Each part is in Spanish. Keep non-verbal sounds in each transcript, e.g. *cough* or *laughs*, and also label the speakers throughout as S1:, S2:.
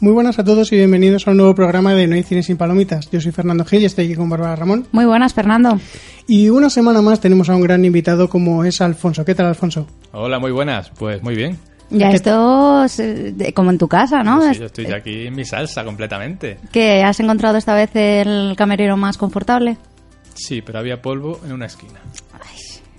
S1: Muy buenas a todos y bienvenidos a un nuevo programa de No hay cine sin palomitas. Yo soy Fernando Gil y estoy aquí con Bárbara Ramón.
S2: Muy buenas, Fernando.
S1: Y una semana más tenemos a un gran invitado como es Alfonso. ¿Qué tal, Alfonso?
S3: Hola, muy buenas. Pues muy bien.
S2: Ya esto es eh, de- como en tu casa, ¿no?
S3: Sí,
S2: Ah, Es-
S3: yo estoy ya aquí en mi salsa completamente.
S2: ¿Qué? ¿Has encontrado esta vez el camerino más confortable?
S3: Sí, pero había polvo en una esquina.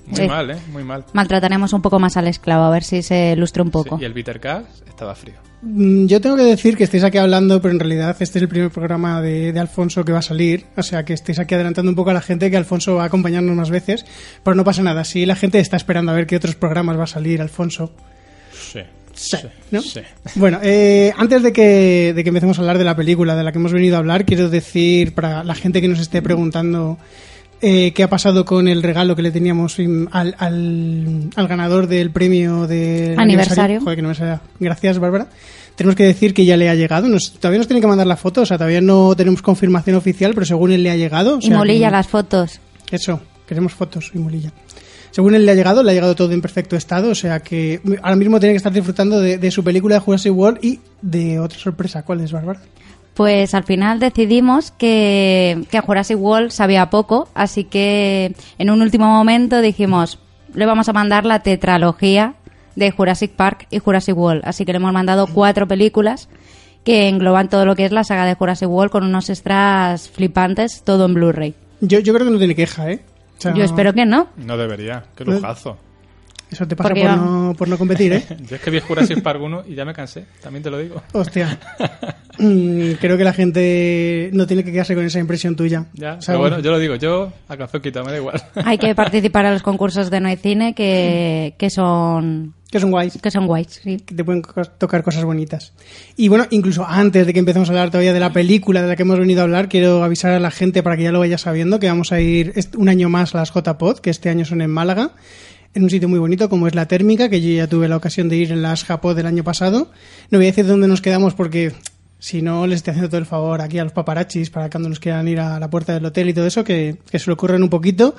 S3: Muy
S2: Sí.
S3: mal, ¿eh? Muy mal.
S2: Maltrataremos un poco más al esclavo, a ver si se ilustra un poco.
S3: Sí, y el bitter Cass estaba frío.
S1: Mm, Yo tengo que decir que estáis aquí hablando, pero en realidad este es el primer programa de, de Alfonso que va a salir. O sea que estáis aquí adelantando un poco a la gente que Alfonso va a acompañarnos más veces. Pero no pasa nada. Si la gente está esperando a ver qué otros programas va a salir, Alfonso.
S3: Sí.
S1: ¿no?
S3: Sí.
S1: Bueno, eh, antes de que, de que empecemos a hablar de la película de la que hemos venido a hablar, quiero decir para la gente que nos esté preguntando eh, qué ha pasado con el regalo que le teníamos mm, al, al- al ganador del premio de
S2: Aniversario.
S1: Joder, que no me salía. Gracias, Bárbara. Tenemos que decir que ya le ha llegado. Nos- todavía nos tiene que mandar la foto, o sea, todavía no tenemos confirmación oficial, pero según él le ha llegado. o
S2: y
S1: sea,
S2: molilla
S1: que-
S2: las fotos.
S1: eso, queremos fotos y mulilla. Según él le ha llegado, le ha llegado todo en perfecto estado, o sea que ahora mismo tiene que estar disfrutando de, de su película de Jurassic World y de otra sorpresa. ¿Cuál es, Bárbara?
S2: Pues al final decidimos que, que Jurassic World sabía poco, así que en un último momento dijimos, le vamos a mandar la tetralogía de Jurassic Park y Jurassic World. Así que le hemos mandado cuatro películas que engloban todo lo que es la saga de Jurassic World con unos extras flipantes, todo en Blu-ray.
S1: Yo, yo creo que no tiene queja, ¿eh? O sea,
S2: Yo espero
S1: *laughs*
S2: que no.
S3: No debería. Qué
S1: No.
S3: lujazo.
S1: Eso te pasa
S2: Porque
S1: por
S2: va-
S1: no, por no competir,
S2: *laughs*
S1: ¿eh?
S3: Yo es que vi Jurassic Park 1 y ya me cansé. También te lo digo.
S1: Hostia. Mm, creo que la gente no tiene que quedarse con esa impresión tuya.
S3: Ya.
S1: O sea,
S3: Pero bueno, yo lo digo. Yo a café quita, me da igual.
S2: Hay que participar en los concursos de No hay Cine que, que son
S1: Que son guays.
S2: que son guays, sí.
S1: que te pueden co- tocar cosas bonitas. Y bueno, incluso antes de que empecemos a hablar todavía de la película de la que hemos venido a hablar, quiero avisar a la gente para que ya lo vaya sabiendo que vamos a ir est- un año más a las JPod, que este año son en Málaga, en un sitio muy bonito como es La Térmica, que yo ya tuve la ocasión de ir en las JPod del año pasado. No voy a decir dónde nos quedamos porque si no les estoy haciendo todo el favor aquí a los paparachis para cuando nos quieran ir a la puerta del hotel y todo eso, que, que se lo ocurran un poquito.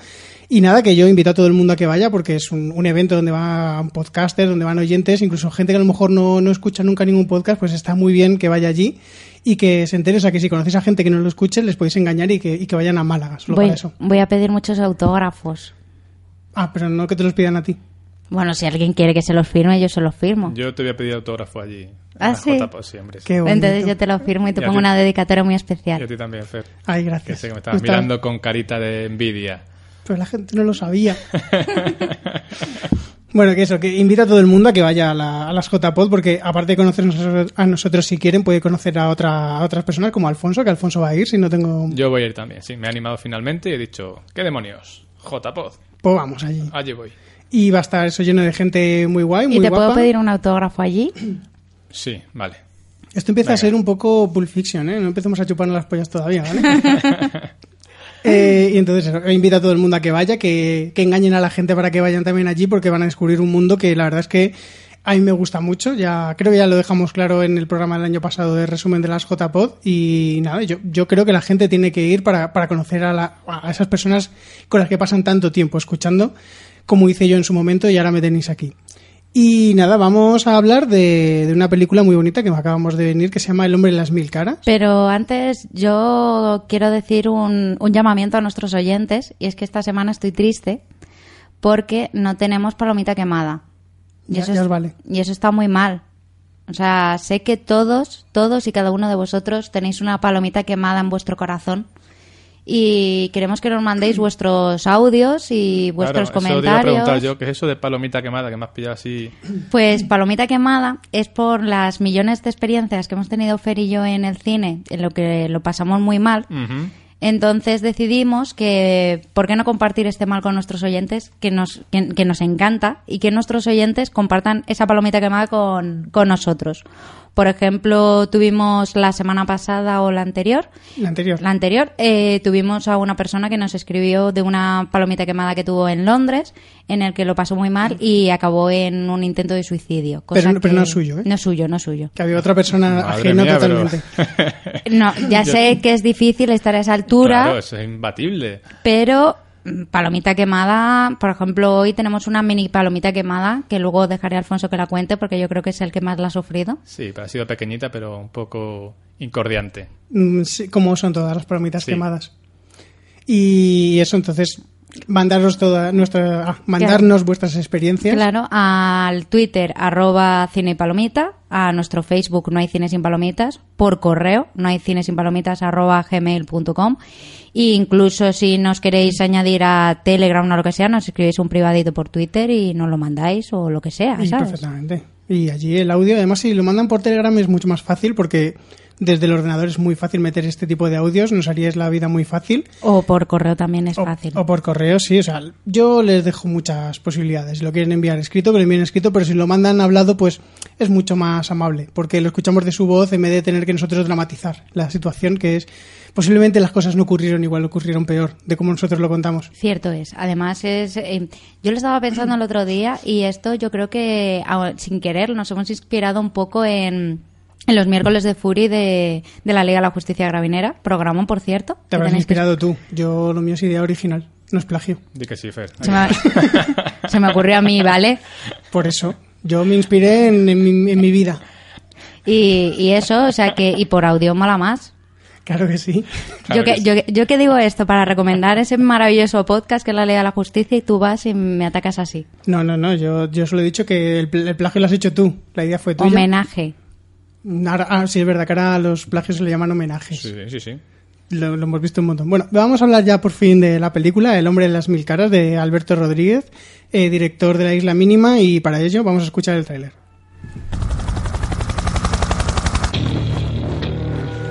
S1: Y nada, que yo invito a todo el mundo a que vaya porque es un, un evento donde van podcasters, donde van oyentes, incluso gente que a lo mejor no, no escucha nunca ningún podcast, pues está muy bien que vaya allí y que se entere. O sea, que si conocéis a gente que no lo escuche, les podéis engañar y que, y que vayan a Málaga, solo
S2: Voy,
S1: para eso.
S2: voy a pedir muchos autógrafos.
S1: Ah, pero no que te los pidan a ti.
S2: Bueno, si alguien quiere que se los firme, yo se los firmo.
S3: Yo te voy a pedir autógrafo allí. en
S2: Ah,
S3: la
S2: sí.
S3: JPO, sí, hombre, sí.
S1: Qué bonito.
S2: Entonces yo te los firmo y te
S3: Y a
S2: pongo
S3: ti.
S2: una dedicatoria muy
S3: Y a
S2: especial.
S3: ti también, Fer.
S1: Ay,
S3: Que
S1: gracias.
S2: *laughs*
S3: sé que me estabas
S1: Estaba-
S3: mirando con carita de envidia.
S1: Pero la gente no lo sabía. bueno, que eso, que invita a todo el mundo a que vaya a, la- a las JPod, porque aparte de conocernos a- a nosotros si quieren, puede conocer a, otra, a otras personas como Alfonso, que Alfonso va a ir si no tengo...
S3: Yo voy a ir también, sí. Me he animado finalmente y he dicho, ¿qué demonios? JPod,
S1: Pues vamos allí.
S3: allí voy.
S1: Y va a estar eso lleno de gente muy guay, muy
S2: ¿Y te
S1: guapa.
S2: puedo pedir un autógrafo allí?
S3: Sí, vale.
S1: Esto empieza a
S3: Venga.
S1: ser un poco Pulp Fiction, ¿eh? No empecemos a chuparnos las pollas todavía,
S2: *laughs*
S1: ¿vale? Eh, y entonces eso, invita a todo el mundo a que vaya, que, que engañen a la gente para que vayan también allí, porque van a descubrir un mundo que la verdad es que a mí me gusta mucho. Ya creo que ya lo dejamos claro en el programa del año pasado de resumen de las JPod. Y nada, yo, yo creo que la gente tiene que ir para, para conocer a, la- a esas personas con las que pasan tanto tiempo escuchando, como hice yo en su momento, y ahora me tenéis aquí. Y nada, vamos a hablar de, de una película muy bonita que acabamos de venir, que se llama El hombre en las mil caras.
S2: Pero antes yo quiero decir un, un llamamiento a nuestros oyentes y es que esta semana estoy triste porque no tenemos palomita quemada. Y
S1: Ya-
S2: eso,
S1: ya
S2: es-
S1: os vale.
S2: y eso está muy mal. O sea, sé que todos, todos y cada uno de vosotros tenéis una palomita quemada en vuestro corazón y queremos que nos
S3: *clears throat*
S2: mandéis vuestros audios y vuestros
S3: Claro, Eso te iba a
S2: comentarios.
S3: preguntar yo, ¿qué es eso de palomita quemada que me has pillado así?
S2: Pues Palomita Quemada es por las millones de experiencias que hemos tenido Fer y yo en el cine, en lo que lo pasamos muy mal.
S3: Ujú.
S2: Entonces decidimos que, ¿por qué no compartir este mal con nuestros oyentes? Que nos, que, que nos encanta y que nuestros oyentes compartan esa palomita quemada con, con nosotros. Por ejemplo, tuvimos la semana pasada o la anterior,
S1: La anterior.
S2: la anterior, eh, tuvimos a una persona que nos escribió de una palomita quemada que tuvo en Londres, en el que lo pasó muy mal y acabó en un intento de suicidio. cosa
S1: Pero no- pero
S2: que-
S1: no es suyo, ¿eh?
S2: No es suyo, no es
S1: *laughs*
S2: suyo.
S1: Que había otra persona
S3: Madre
S1: ajena
S3: mía, pero-
S1: Ah, totalmente.
S3: *laughs*
S2: No, ya sé que es difícil estar a esa altura.
S3: Claro, eso es imbatible.
S2: Pero mm, palomita quemada, por ejemplo, hoy tenemos una mini palomita quemada que luego dejaré a Alfonso que la cuente porque yo creo que es el que más la ha sufrido.
S3: Sí, pero ha sido pequeñita, pero un poco incordiante.
S1: Mm, sí, como son todas las palomitas
S3: Sí.
S1: quemadas. Y eso, entonces, mandaros toda nuestra, ah, mandarnos vuestras experiencias.
S2: Claro, al Twitter arroba cine y palomita, a nuestro Facebook no hay cine sin palomitas, por correo no hay cine sin palomitas arroba gmail.com e incluso si nos queréis añadir a Telegram o lo que sea, nos escribís un privadito por Twitter y nos lo mandáis o lo que sea,
S1: Y
S2: ¿sabes?
S1: perfectamente. Y allí el audio, además, si lo mandan por Telegram es mucho más fácil porque desde el ordenador es muy fácil meter este tipo de audios, nos haríais la vida muy fácil.
S2: O por correo también es
S1: O-
S2: fácil.
S1: O, por correo, sí. O sea, yo les dejo muchas posibilidades. Si lo quieren enviar escrito, que lo envíen escrito, pero si lo mandan hablado, pues es mucho más amable, porque lo escuchamos de su voz en vez de tener que nosotros dramatizar la situación, que es posiblemente las cosas no ocurrieron igual, ocurrieron peor, de como nosotros lo contamos.
S2: Cierto es. Además, es eh, yo lo estaba pensando el otro día y esto yo creo que a- sin querer nos hemos inspirado un poco en, en los miércoles de Fury de, de la Liga de la Justicia Gravinera, programón, por cierto. que
S1: Te habrás
S2: tenéis que-
S1: inspirado tú. Yo lo mío es idea original, no es plagio.
S3: Di que sí, Fer.
S2: Se me, *laughs* se me ocurrió a mí, ¿vale?
S1: Por eso, yo me inspiré en, en mi, en mi vida.
S2: Y, y eso, o sea que, y por audio mala más.
S1: Claro que sí.
S3: Claro
S2: yo, que,
S3: que sí.
S2: yo, que- yo que digo esto para recomendar ese maravilloso podcast que es la Liga de la Justicia y tú vas y me atacas así.
S1: No, no, no, yo, yo solo he dicho que el, pl- el plagio lo has hecho tú, la idea fue tuya.
S2: Homenaje.
S1: Ahora- ah, sí, es verdad que ahora a los plagios se le llaman homenajes.
S3: Sí, sí, sí.
S1: Lo, lo hemos visto un montón. Bueno, vamos a hablar ya por fin de la película El hombre de las mil caras de Alberto Rodríguez, eh, director de La Isla Mínima, y para ello vamos a escuchar el tráiler.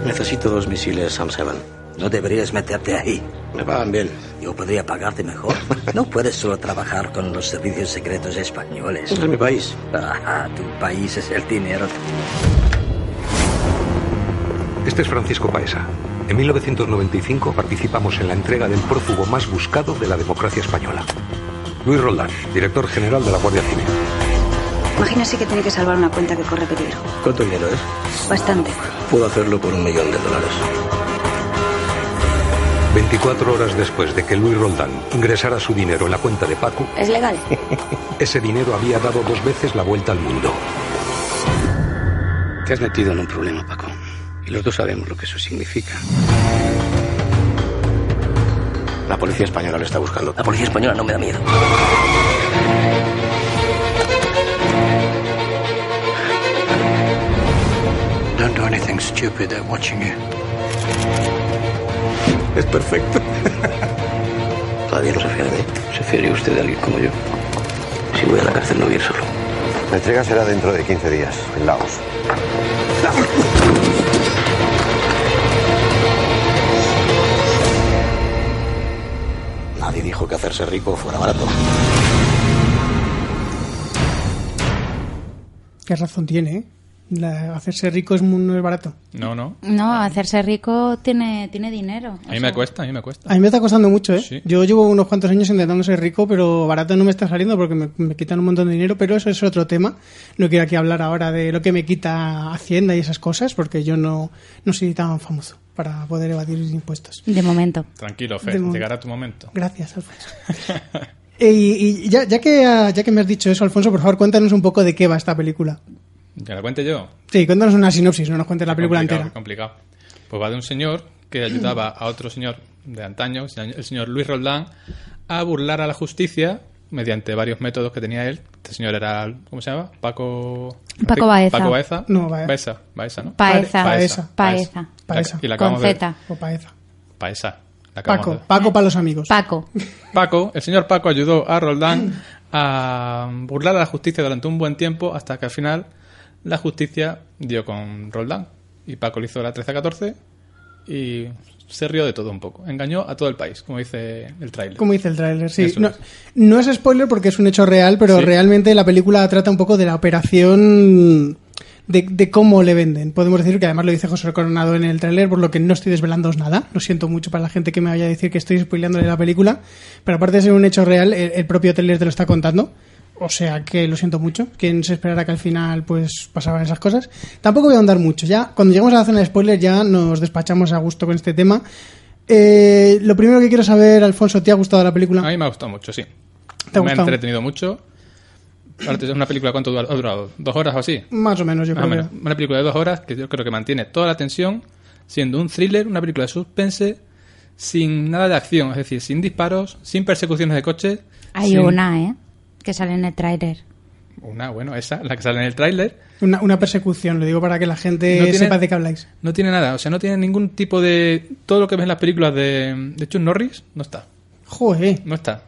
S4: Necesito dos misiles Sam 7.
S5: No deberías meterte ahí.
S4: Me pagan bien.
S5: Yo podría pagarte mejor. No puedes solo trabajar con los servicios secretos españoles.
S4: Es mi país.
S5: Ajá, tu país es el dinero.
S6: Este es Francisco Paesa. En 1995 participamos en la entrega del prófugo más buscado de la democracia española. Luis Roldán, director general de la Guardia Civil.
S7: Imagínese que tiene que salvar una cuenta que corre peligro.
S4: ¿Cuánto dinero es?
S7: Bastante.
S4: Puedo hacerlo por un millón de dólares.
S6: 24 horas después de que Luis Roldán ingresara su dinero en la cuenta de Paco,
S7: ¿Es legal?
S6: ese dinero había dado dos veces la vuelta al mundo.
S4: Te has metido en un problema, Paco. Y los dos sabemos lo que eso significa. La policía española le está buscando.
S5: La policía española no me da miedo.
S4: Don't do anything stupid. They're watching you. Es perfecto. Todavía no se fía de mí. Se fiaría usted de alguien como yo. Si voy a la cárcel no voy a ir solo.
S8: La entrega será dentro de 15 días, en Laos.
S4: Nadie dijo que hacerse rico fuera barato.
S1: ¿Qué razón tiene? eh? La- hacerse rico es, muy- no es barato.
S3: No, no.
S2: No, hacerse rico tiene, tiene dinero.
S3: A mí me cuesta, a mí me cuesta.
S1: A mí me está costando mucho, ¿eh?
S3: Sí.
S1: Yo llevo unos cuantos años intentando ser rico, pero barato no me está saliendo porque me, me quitan un montón de dinero, pero eso es otro tema. No quiero aquí hablar ahora de lo que me quita Hacienda y esas cosas, porque yo no, no soy tan famoso para poder evadir impuestos.
S2: De momento.
S3: Tranquilo,
S1: De
S3: Fer,
S1: momento.
S3: llegará tu momento.
S1: Gracias, Alfonso. *laughs* Eh, y y ya, ya, que, ah, ya que me has dicho eso, Alfonso, por favor, cuéntanos un poco de qué va esta película.
S3: ¿Que la cuente yo?
S1: Sí, cuéntanos una sinopsis, no nos cuentes la película
S3: complicado,
S1: entera.
S3: complicado. Pues va de un señor que ayudaba a otro señor de antaño, el señor Luis Roldán, a burlar a la justicia mediante varios métodos que tenía él. Este señor era, ¿cómo se llama? Paco...
S2: Paco Baeza.
S3: Paco Baeza.
S1: No, Bae-
S3: Baeza. Baeza, ¿no?
S2: Paeza.
S1: Paeza.
S2: Paeza.
S3: Paeza.
S1: Paeza.
S3: Y la
S2: Con
S3: acabamos de-
S2: Z.
S1: O paeza.
S3: Paesa. La acabamos
S1: Paco,
S3: de-
S1: Paco para los amigos.
S2: Paco.
S3: Paco, el señor Paco ayudó a Roldán a burlar a la justicia durante un buen tiempo hasta que al final la justicia dio con Roldán. Y Paco le hizo la 13-14 y se rió de todo un poco. Engañó a todo el país, como dice el tráiler.
S1: Como dice el tráiler, sí.
S3: Eso
S1: No,
S3: es.
S1: no es spoiler porque es un hecho real, pero
S3: Sí.
S1: realmente la película trata un poco de la operación de, de cómo le venden. Podemos decir que además lo dice José Coronado en el tráiler, por lo que no estoy desvelándoos nada. Lo siento mucho para la gente que me vaya a decir que estoy spoileándole la película, pero aparte de ser un hecho real, el, el propio tráiler te lo está contando. O sea que lo siento mucho. Quien se esperara que al final pues pasaban esas cosas. Tampoco voy a ahondar mucho. Ya cuando llegamos a la zona de spoiler ya nos despachamos a gusto con este tema. Eh, lo primero que quiero saber, Alfonso, ¿te ha gustado la película?
S3: A mí me ha gustado mucho, sí.
S1: ¿Te ha
S3: me ha
S1: gustado?
S3: entretenido mucho. Aparte, Es una película, ¿cuánto dura- ha durado? ¿Dos horas o así?
S1: Más o menos, yo
S3: Más o
S1: creo.
S3: menos. Una película de dos horas que yo creo que mantiene toda la tensión, siendo un thriller, una película de suspense, sin nada de acción, es decir, sin disparos, sin persecuciones de coches.
S2: Hay
S3: sin-
S2: una, ¿eh? Que sale en el tráiler.
S3: Una, bueno, esa, la que sale en el tráiler.
S1: Una, una persecución, lo digo para que la gente
S3: No tiene-
S1: sepa de qué habláis.
S3: No tiene nada, o sea, no tiene ningún tipo de... Todo lo que ves en las películas de, de Chuck Norris, no está.
S1: Joder,
S3: No está.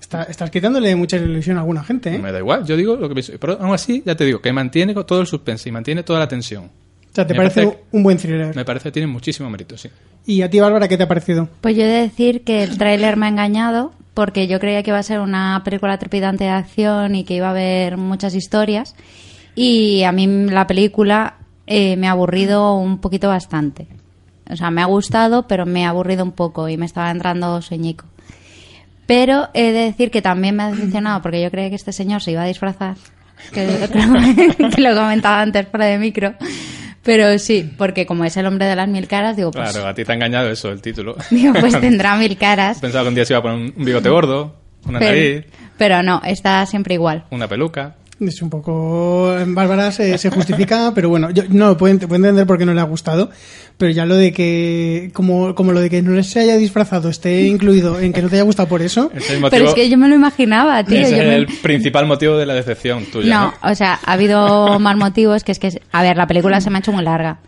S1: está- estás quitándole mucha ilusión a alguna gente, ¿eh?
S3: Me da igual, yo digo lo que pienso. Pero aún así, ya te digo, que mantiene todo el suspense y mantiene toda la tensión.
S1: O sea, ¿te
S3: me
S1: parece
S3: parece-
S1: un buen thriller?
S3: Me parece que tiene muchísimo mérito, sí.
S1: ¿Y a ti, Bárbara, qué te ha parecido?
S2: Pues yo he de decir que el tráiler me ha engañado porque yo creía que iba a ser una película trepidante de acción y que iba a haber muchas historias y a mí la película eh, me ha aburrido un poquito bastante. O sea, me ha gustado, pero me ha aburrido un poco y me estaba entrando sueñico. Pero he de decir que también me ha decepcionado porque yo creía que este señor se iba a disfrazar, que, que *laughs* lo comentaba antes fuera de micro. Pero sí, porque como es el hombre de las mil caras, digo, pues
S3: Claro, a ti te ha engañado eso,
S2: *laughs*
S3: el título.
S2: Digo,
S3: *laughs*
S2: pues tendrá mil caras.
S3: Pensaba que un día se iba a poner un- un bigote gordo, una
S2: Pero,
S3: nariz,
S2: pero no, está siempre igual.
S3: una peluca.
S1: Es un poco... Bárbara se, se justifica, *laughs* pero bueno, yo no lo puedo, ent- puedo entender por qué no le ha gustado, pero ya lo de que... Como, como lo de que no se haya disfrazado esté incluido en que no te haya gustado por eso...
S3: Ese es el motivo-
S2: Pero
S3: *laughs*
S2: es que yo me lo imaginaba, tío.
S3: ese
S2: yo
S3: es
S2: me-
S3: el principal motivo de la decepción tuya.
S2: No, o sea, ha
S3: *laughs*
S2: habido más motivos que es que... A ver, la película se me ha hecho muy larga.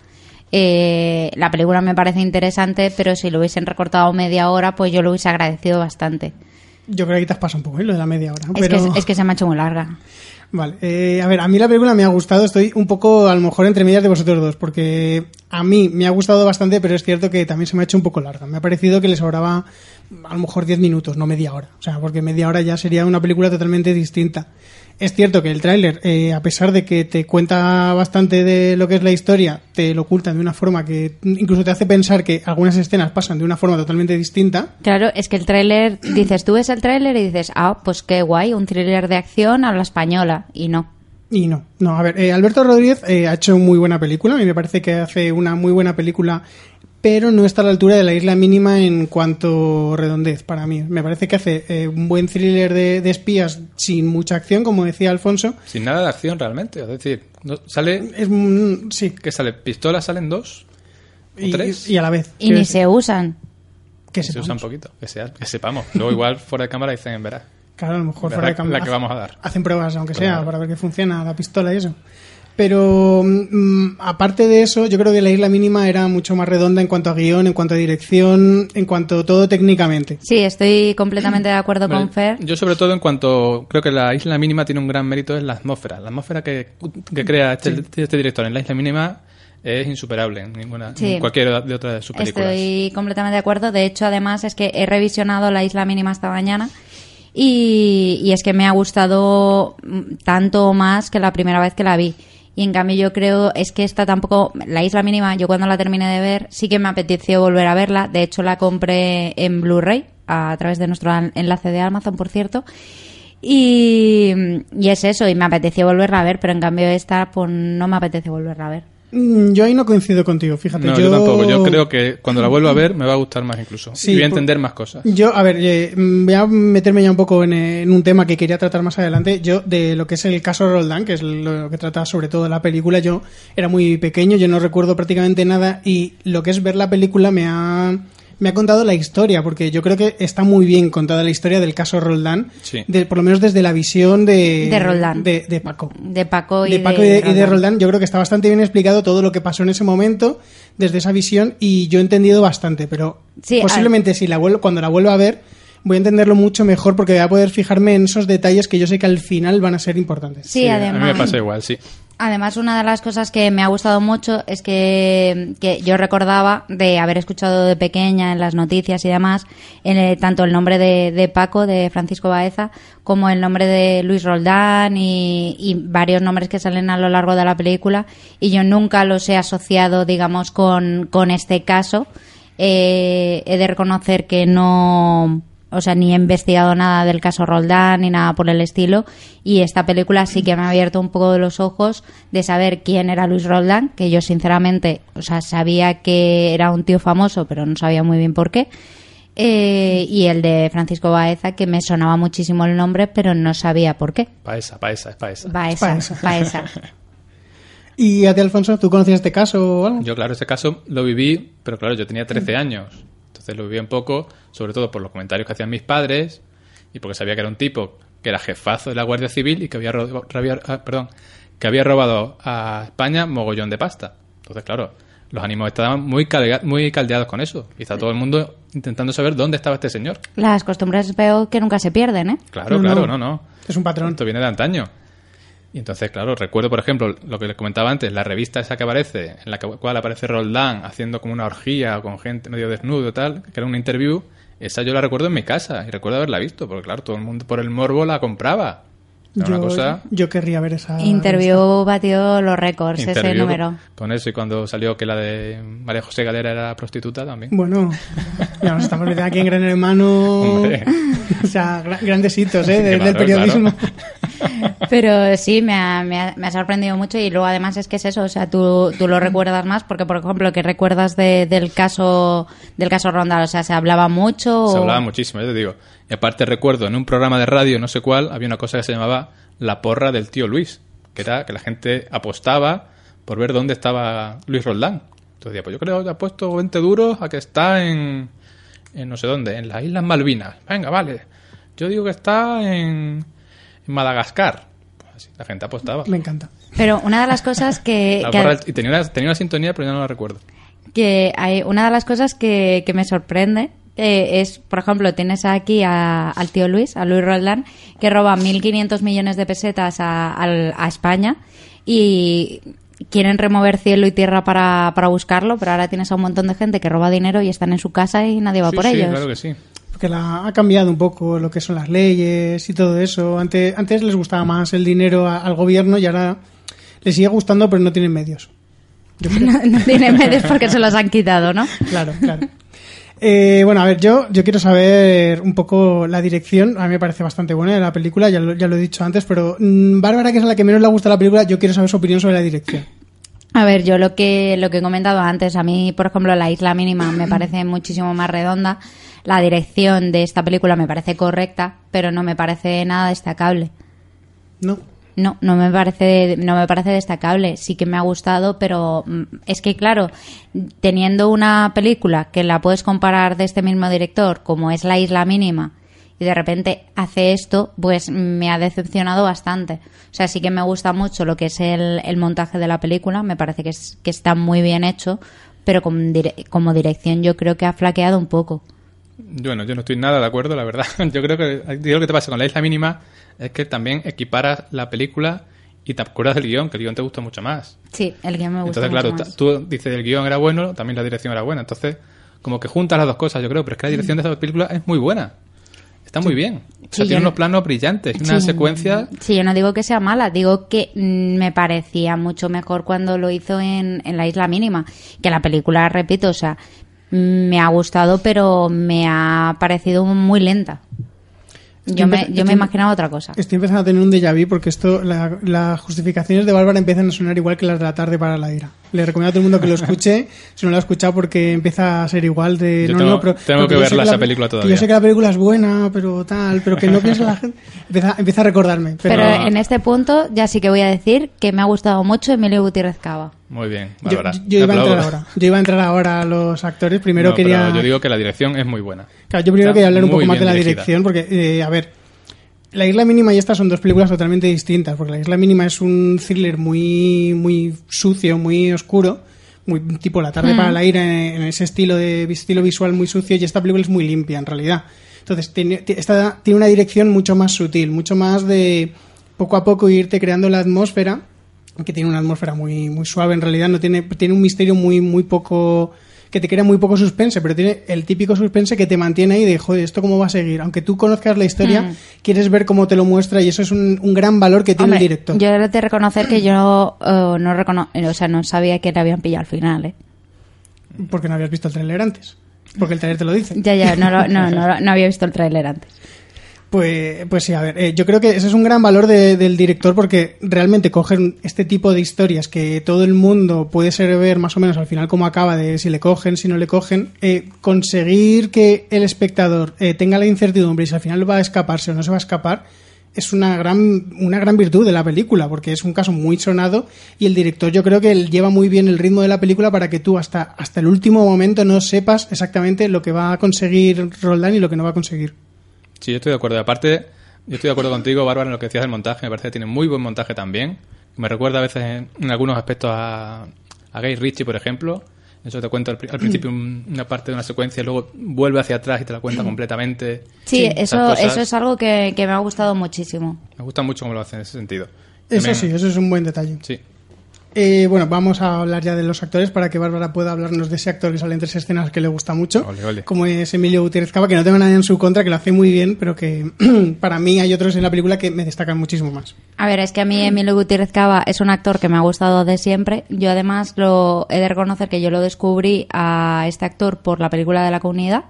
S2: Eh, la película me parece interesante, pero si lo hubiesen recortado media hora, pues yo lo hubiese agradecido bastante.
S1: Yo creo que te has pasado un poco, ¿eh? Lo de la media hora. Pero...
S2: Es, que, es que se me ha hecho muy larga.
S1: Vale, eh, a ver, a mí la película me ha gustado, estoy un poco a lo mejor entre medias de vosotros dos, porque a mí me ha gustado bastante, pero es cierto que también se me ha hecho un poco larga. Me ha parecido que le sobraba a lo mejor 10 minutos, no media hora, o sea, porque media hora ya sería una película totalmente distinta. Es cierto que el tráiler, eh, a pesar de que te cuenta bastante de lo que es la historia, te lo oculta de una forma que incluso te hace pensar que algunas escenas pasan de una forma totalmente distinta.
S2: Claro, es que el tráiler... Dices, tú ves el tráiler y dices, ah, pues qué guay, un thriller de acción a la española. Y no.
S1: Y no, no, a ver, eh, Alberto Rodríguez eh, ha hecho muy buena película, a mí me parece que hace una muy buena película, pero no está a la altura de la isla mínima en cuanto redondez para mí. Me parece que hace eh, un buen thriller de, de espías sin mucha acción, como decía Alfonso.
S3: Sin nada de acción realmente. Es decir, no- sale...
S1: Es, un- sí,
S3: que sale? ¿Pistolas salen dos?
S1: y,
S3: tres?
S1: y a la vez.
S2: Y ni se usan.
S1: que
S3: Se
S1: sepamos.
S3: usa un poquito. Que, sea- que sepamos. Luego igual fuera de cámara dicen, verás.
S1: Claro, a lo mejor
S3: La-
S1: fuera de
S3: la
S1: cámara
S3: que
S1: hace-
S3: vamos a dar.
S1: Hacen pruebas, aunque sea,
S3: Claro.
S1: para ver que funciona la pistola y eso. Pero mm, aparte de eso, yo creo que la isla mínima era mucho más redonda en cuanto a guión, en cuanto a dirección, en cuanto a todo técnicamente.
S2: Sí, estoy completamente de acuerdo con Fer.
S3: Yo sobre todo en cuanto... Creo que la isla mínima tiene un gran mérito es la atmósfera. La atmósfera que, que crea este, este director en la isla mínima es insuperable en ninguna
S2: Sí.
S3: en cualquier de otras de sus películas.
S2: Estoy completamente de acuerdo. De hecho, además, es que he revisionado La Isla Mínima esta mañana y, y es que me ha gustado mm, tanto o más que la primera vez que la vi. Y en cambio yo creo es que esta tampoco, La Isla Mínima, yo cuando la terminé de ver, sí que me apeteció volver a verla. De hecho, la compré en Blu-ray a través de nuestro an- enlace de Amazon, por cierto. Y, y es eso, y me apeteció volverla a ver, pero en cambio esta pues no me apetece volverla a ver.
S1: Mm, Yo ahí no coincido contigo, fíjate.
S3: No, yo... tampoco. Yo creo que cuando la vuelva a ver me va a gustar más incluso.
S1: Sí,
S3: y voy a
S1: por-
S3: entender más cosas.
S1: Yo, a ver, eh, mm, voy a meterme ya un poco en, eh, en un tema que quería tratar más adelante. Yo, de lo que es el caso Roldán, que es lo que trata sobre todo la película, yo era muy pequeño, yo no recuerdo prácticamente nada y lo que es ver la película me ha, me ha contado la historia, porque yo creo que está muy bien contada la historia del caso Roldán,
S3: Sí.
S1: de- por lo menos desde la visión de,
S2: De Roldán.
S1: de, de Paco.
S2: De Paco y
S1: de Paco y de, y de Roldán, yo creo que está bastante bien explicado todo lo que pasó en ese momento desde esa visión y yo he entendido bastante, pero
S2: Sí,
S1: posiblemente si la vuelvo, cuando la vuelva a ver voy a entenderlo mucho mejor porque voy a poder fijarme en esos detalles que yo sé que al final van a ser importantes.
S2: Sí,
S3: a
S2: además.
S3: mí me pasa igual, sí.
S2: Además, una de las cosas que me ha gustado mucho es que, que yo recordaba de haber escuchado de pequeña en las noticias y demás, en, eh, tanto el nombre de, de Paco, de Francisco Baeza, como el nombre de Luis Roldán y, y varios nombres que salen a lo largo de la película. Y yo nunca los he asociado, digamos, con, con este caso. Eh, he de reconocer que no, o sea, ni he investigado nada del caso Roldán ni nada por el estilo. Y esta película sí que me ha abierto un poco los ojos de saber quién era Luis Roldán, que yo sinceramente, o sea, sabía que era un tío famoso, pero no sabía muy bien por qué. Eh, y el de Francisco Baeza, que me sonaba muchísimo el nombre, pero no sabía por qué.
S3: Paesa, paesa, es paesa.
S2: Baeza,
S1: Baeza.
S2: Baeza.
S1: ¿Y a ti, Alfonso, tú conocías este caso o algo?
S3: Yo, claro, ese caso lo viví, pero claro, yo tenía
S1: Mm.
S3: 13 años. Entonces lo viví un poco, sobre todo por los comentarios que hacían mis padres y porque sabía que era un tipo que era jefazo de la Guardia Civil y que había, ro- rabia- ah, perdón, que había robado a España mogollón de pasta. Entonces, claro, los ánimos estaban muy, calga- muy caldeados con eso. Y está todo el mundo intentando saber dónde estaba este señor.
S2: Las costumbres veo que nunca se pierden, ¿eh?
S3: Claro,
S1: No,
S3: claro,
S1: no.
S3: no, no.
S1: Es un patrón.
S3: Esto viene de antaño. Y entonces, claro, recuerdo, por ejemplo, lo que les comentaba antes, la revista esa que aparece, en la que- cual aparece Roldán haciendo como una orgía con gente medio desnudo y tal, que era un interview, esa yo la recuerdo en mi casa y recuerdo haberla visto, porque claro, todo el mundo por el morbo la compraba. Era
S1: Yo,
S3: una cosa...
S1: yo querría ver esa...
S2: Interview batió los récords, ese
S3: interview
S2: número.
S3: Con eso y cuando salió que la de María José Galera era prostituta también.
S1: Bueno, *laughs* ya nos estamos metiendo aquí en Gran Hermano.
S3: Hombre.
S1: *laughs* O sea, gra- grandes hitos, ¿eh? de-
S3: Claro,
S1: del periodismo.
S3: claro.
S2: Pero sí, me ha, me, ha, me ha sorprendido mucho y luego además es que es eso, o sea, tú, tú lo recuerdas más porque, por ejemplo, que recuerdas de- del caso del caso Rondal, o sea, se hablaba mucho.
S3: Se
S2: o-
S3: hablaba muchísimo, yo te digo. Y aparte recuerdo, en un programa de radio, no sé cuál, había una cosa que se llamaba La porra del tío Luis, que era que la gente apostaba por ver dónde estaba Luis Roldán. Entonces decía, pues yo creo que ha puesto 20 duros a que está en, en no sé dónde, en las Islas Malvinas. Venga, vale. Yo digo que está en, en Madagascar. Pues así, la gente apostaba.
S1: Me encanta.
S2: Pero una de las cosas que...
S3: La
S2: que-
S3: porra- y tenía una, tenía una sintonía, pero ya no la recuerdo.
S2: que hay una de las cosas que, que me sorprende eh, es, por ejemplo, tienes aquí a- al tío Luis, a Luis Roldán, que roba 1.500 millones de pesetas a, al- a España y quieren remover cielo y tierra para, para buscarlo, pero ahora tienes a un montón de gente que roba dinero y están en su casa y nadie va
S3: Sí,
S2: por
S3: sí,
S2: ellos.
S3: claro que sí.
S1: Porque la, ha cambiado un poco lo que son las leyes y todo eso. Antes, antes les gustaba más el dinero a- al gobierno y ahora les sigue gustando, pero no tienen medios.
S2: *laughs* no, no tiene medios porque se los han quitado, ¿no?
S1: Claro, claro. Eh, bueno, a ver, yo, yo quiero saber un poco la dirección. A mí me parece bastante buena de la película, ya lo, ya lo he dicho antes, pero mm, Bárbara, que es a la que menos le gusta la película, yo quiero saber su opinión sobre la dirección.
S2: A ver, yo lo que, lo que he comentado antes, a mí, por ejemplo, la isla mínima me parece muchísimo más redonda. La dirección de esta película me parece correcta, pero no me parece nada destacable.
S1: No.
S2: No, no me parece, no me parece destacable. Sí que me ha gustado, pero mm, es que claro, teniendo una película que la puedes comparar de este mismo director, como es La Isla Mínima, y de repente hace esto, pues me ha decepcionado bastante. O sea, sí que me gusta mucho lo que es el, el montaje de la película, me parece que, es, que está muy bien hecho, pero con dire- como dirección yo creo que ha flaqueado un poco.
S3: Bueno, yo no estoy nada de acuerdo, la verdad. *laughs* Yo creo que yo lo que te pasa con la isla mínima es que también equiparas la película y te acuerdas del guión, que el guión te gusta mucho más.
S2: Sí, el que me gusta.
S3: Entonces, claro,
S2: mucho
S3: ta-
S2: más.
S3: tú dices el guión era bueno, también la dirección era buena. Entonces, como que juntas las dos cosas, yo creo, pero es que la dirección de esta película es muy buena. Está muy bien. O sea,
S2: Sí, yo
S1: eh.
S3: tiene
S2: no-
S3: unos planos brillantes, una
S2: Sí.
S3: secuencia...
S2: Sí, yo no digo que sea mala, digo que mm, me parecía mucho mejor cuando lo hizo en, en La Isla Mínima. Que la película, repito, o sea, mm, me ha gustado, pero me ha parecido muy lenta. Yo me,
S1: Estoy empe-
S2: yo me
S1: estoy-
S2: imaginaba otra cosa.
S1: Estoy empezando a tener un déjà vu porque esto, la- las justificaciones de Bárbara empiezan a sonar igual que las de la tarde para la ira. Le recomiendo a todo el
S3: *laughs*
S1: mundo que lo escuche, si no lo ha escuchado, porque empieza a ser igual de...
S3: Yo
S1: no,
S3: tengo-
S1: no, pero,
S3: tengo
S1: no,
S3: que
S1: yo sé
S3: verla esa
S1: la-
S3: película
S1: que
S3: todavía.
S1: Yo sé que la película es buena, pero tal, pero que no piensa la
S3: *laughs*
S1: gente... Empieza, empieza a recordarme.
S2: Pero,
S1: Pero,
S2: en este punto ya sí que voy a decir que me ha gustado mucho Emilio Gutiérrez Cava.
S3: Muy bien,
S1: yo,
S3: Bárbara.
S1: yo iba a
S3: Aplaudo.
S1: entrar ahora. Yo iba a entrar ahora a los actores. Primero
S3: No, pero
S1: quería...
S3: Yo digo que la dirección es muy buena.
S1: Claro, yo primero
S3: Está
S1: quería hablar un
S3: muy
S1: poco más de
S3: bien
S1: la
S3: dirigida.
S1: dirección, porque, eh, a ver, La Isla Mínima y esta son dos películas totalmente distintas, porque La Isla Mínima es un thriller muy, muy sucio, muy oscuro, muy tipo La tarde para la ira, en, en ese estilo, de, estilo visual muy sucio, y esta película es muy limpia, en realidad. Entonces, tiene, ti- esta tiene una dirección mucho más sutil, mucho más de poco a poco irte creando la atmósfera, que tiene una atmósfera muy, muy suave, en realidad no tiene, tiene un misterio muy, muy poco que te crea muy poco suspense, pero tiene el típico suspense que te mantiene ahí de, joder, ¿esto cómo va a seguir? Aunque tú conozcas la historia,
S2: Mm.
S1: quieres ver cómo te lo muestra y eso es un, un gran valor que tiene
S2: Hombre,
S1: el director.
S2: Yo he de reconocer que yo eh, no recono eh, o sea, no sabía que le habían pillado al final, ¿eh?
S1: Porque no habías visto el trailer antes. Porque el trailer te lo dice.
S2: Ya, ya, no,
S1: *laughs*
S2: lo- no, no, no había visto el tráiler antes.
S1: Pues, pues sí, a ver, eh, yo creo que ese es un gran valor de- del director porque realmente cogen este tipo de historias que todo el mundo puede ser ver más o menos al final cómo acaba de si le cogen, si no le cogen, eh, conseguir que el espectador eh, tenga la incertidumbre y si al final va a escaparse o no se va a escapar es una gran, una gran virtud de la película porque es un caso muy sonado y el director yo creo que él lleva muy bien el ritmo de la película para que tú hasta, hasta el último momento no sepas exactamente lo que va a conseguir Roldán y lo que no va a conseguir.
S3: Sí, yo estoy de acuerdo. Aparte, yo estoy de acuerdo contigo, Bárbara, en lo que decías del montaje. Me parece que tiene muy buen montaje también. Me recuerda a veces en, en algunos aspectos a, a Gay Ritchie, por ejemplo. Eso te cuenta al, pri- al principio un- una parte de una secuencia, luego vuelve hacia atrás y te
S2: *clears throat*
S3: la cuenta completamente.
S2: Sí,
S3: Esas
S2: eso,
S3: cosas
S2: eso es algo que, que me ha gustado muchísimo.
S3: Me gusta mucho cómo lo hacen en ese sentido.
S1: Eso
S3: También-
S1: sí, eso es un buen detalle.
S3: Sí.
S1: Eh, bueno, vamos a hablar ya de los actores para que Bárbara pueda hablarnos de ese actor que sale en tres escenas que le gusta mucho,
S3: Ole, ole.
S1: como es Emilio Gutiérrez Cava, que no tengo nada en su contra, que lo hace muy bien, pero que *clears throat* para mí hay otros en la película que me destacan muchísimo más.
S2: A ver, es que a mí Emilio Gutiérrez Cava es un actor que me ha gustado de siempre. Yo además lo he de reconocer que yo lo descubrí a este actor por la película de la comunidad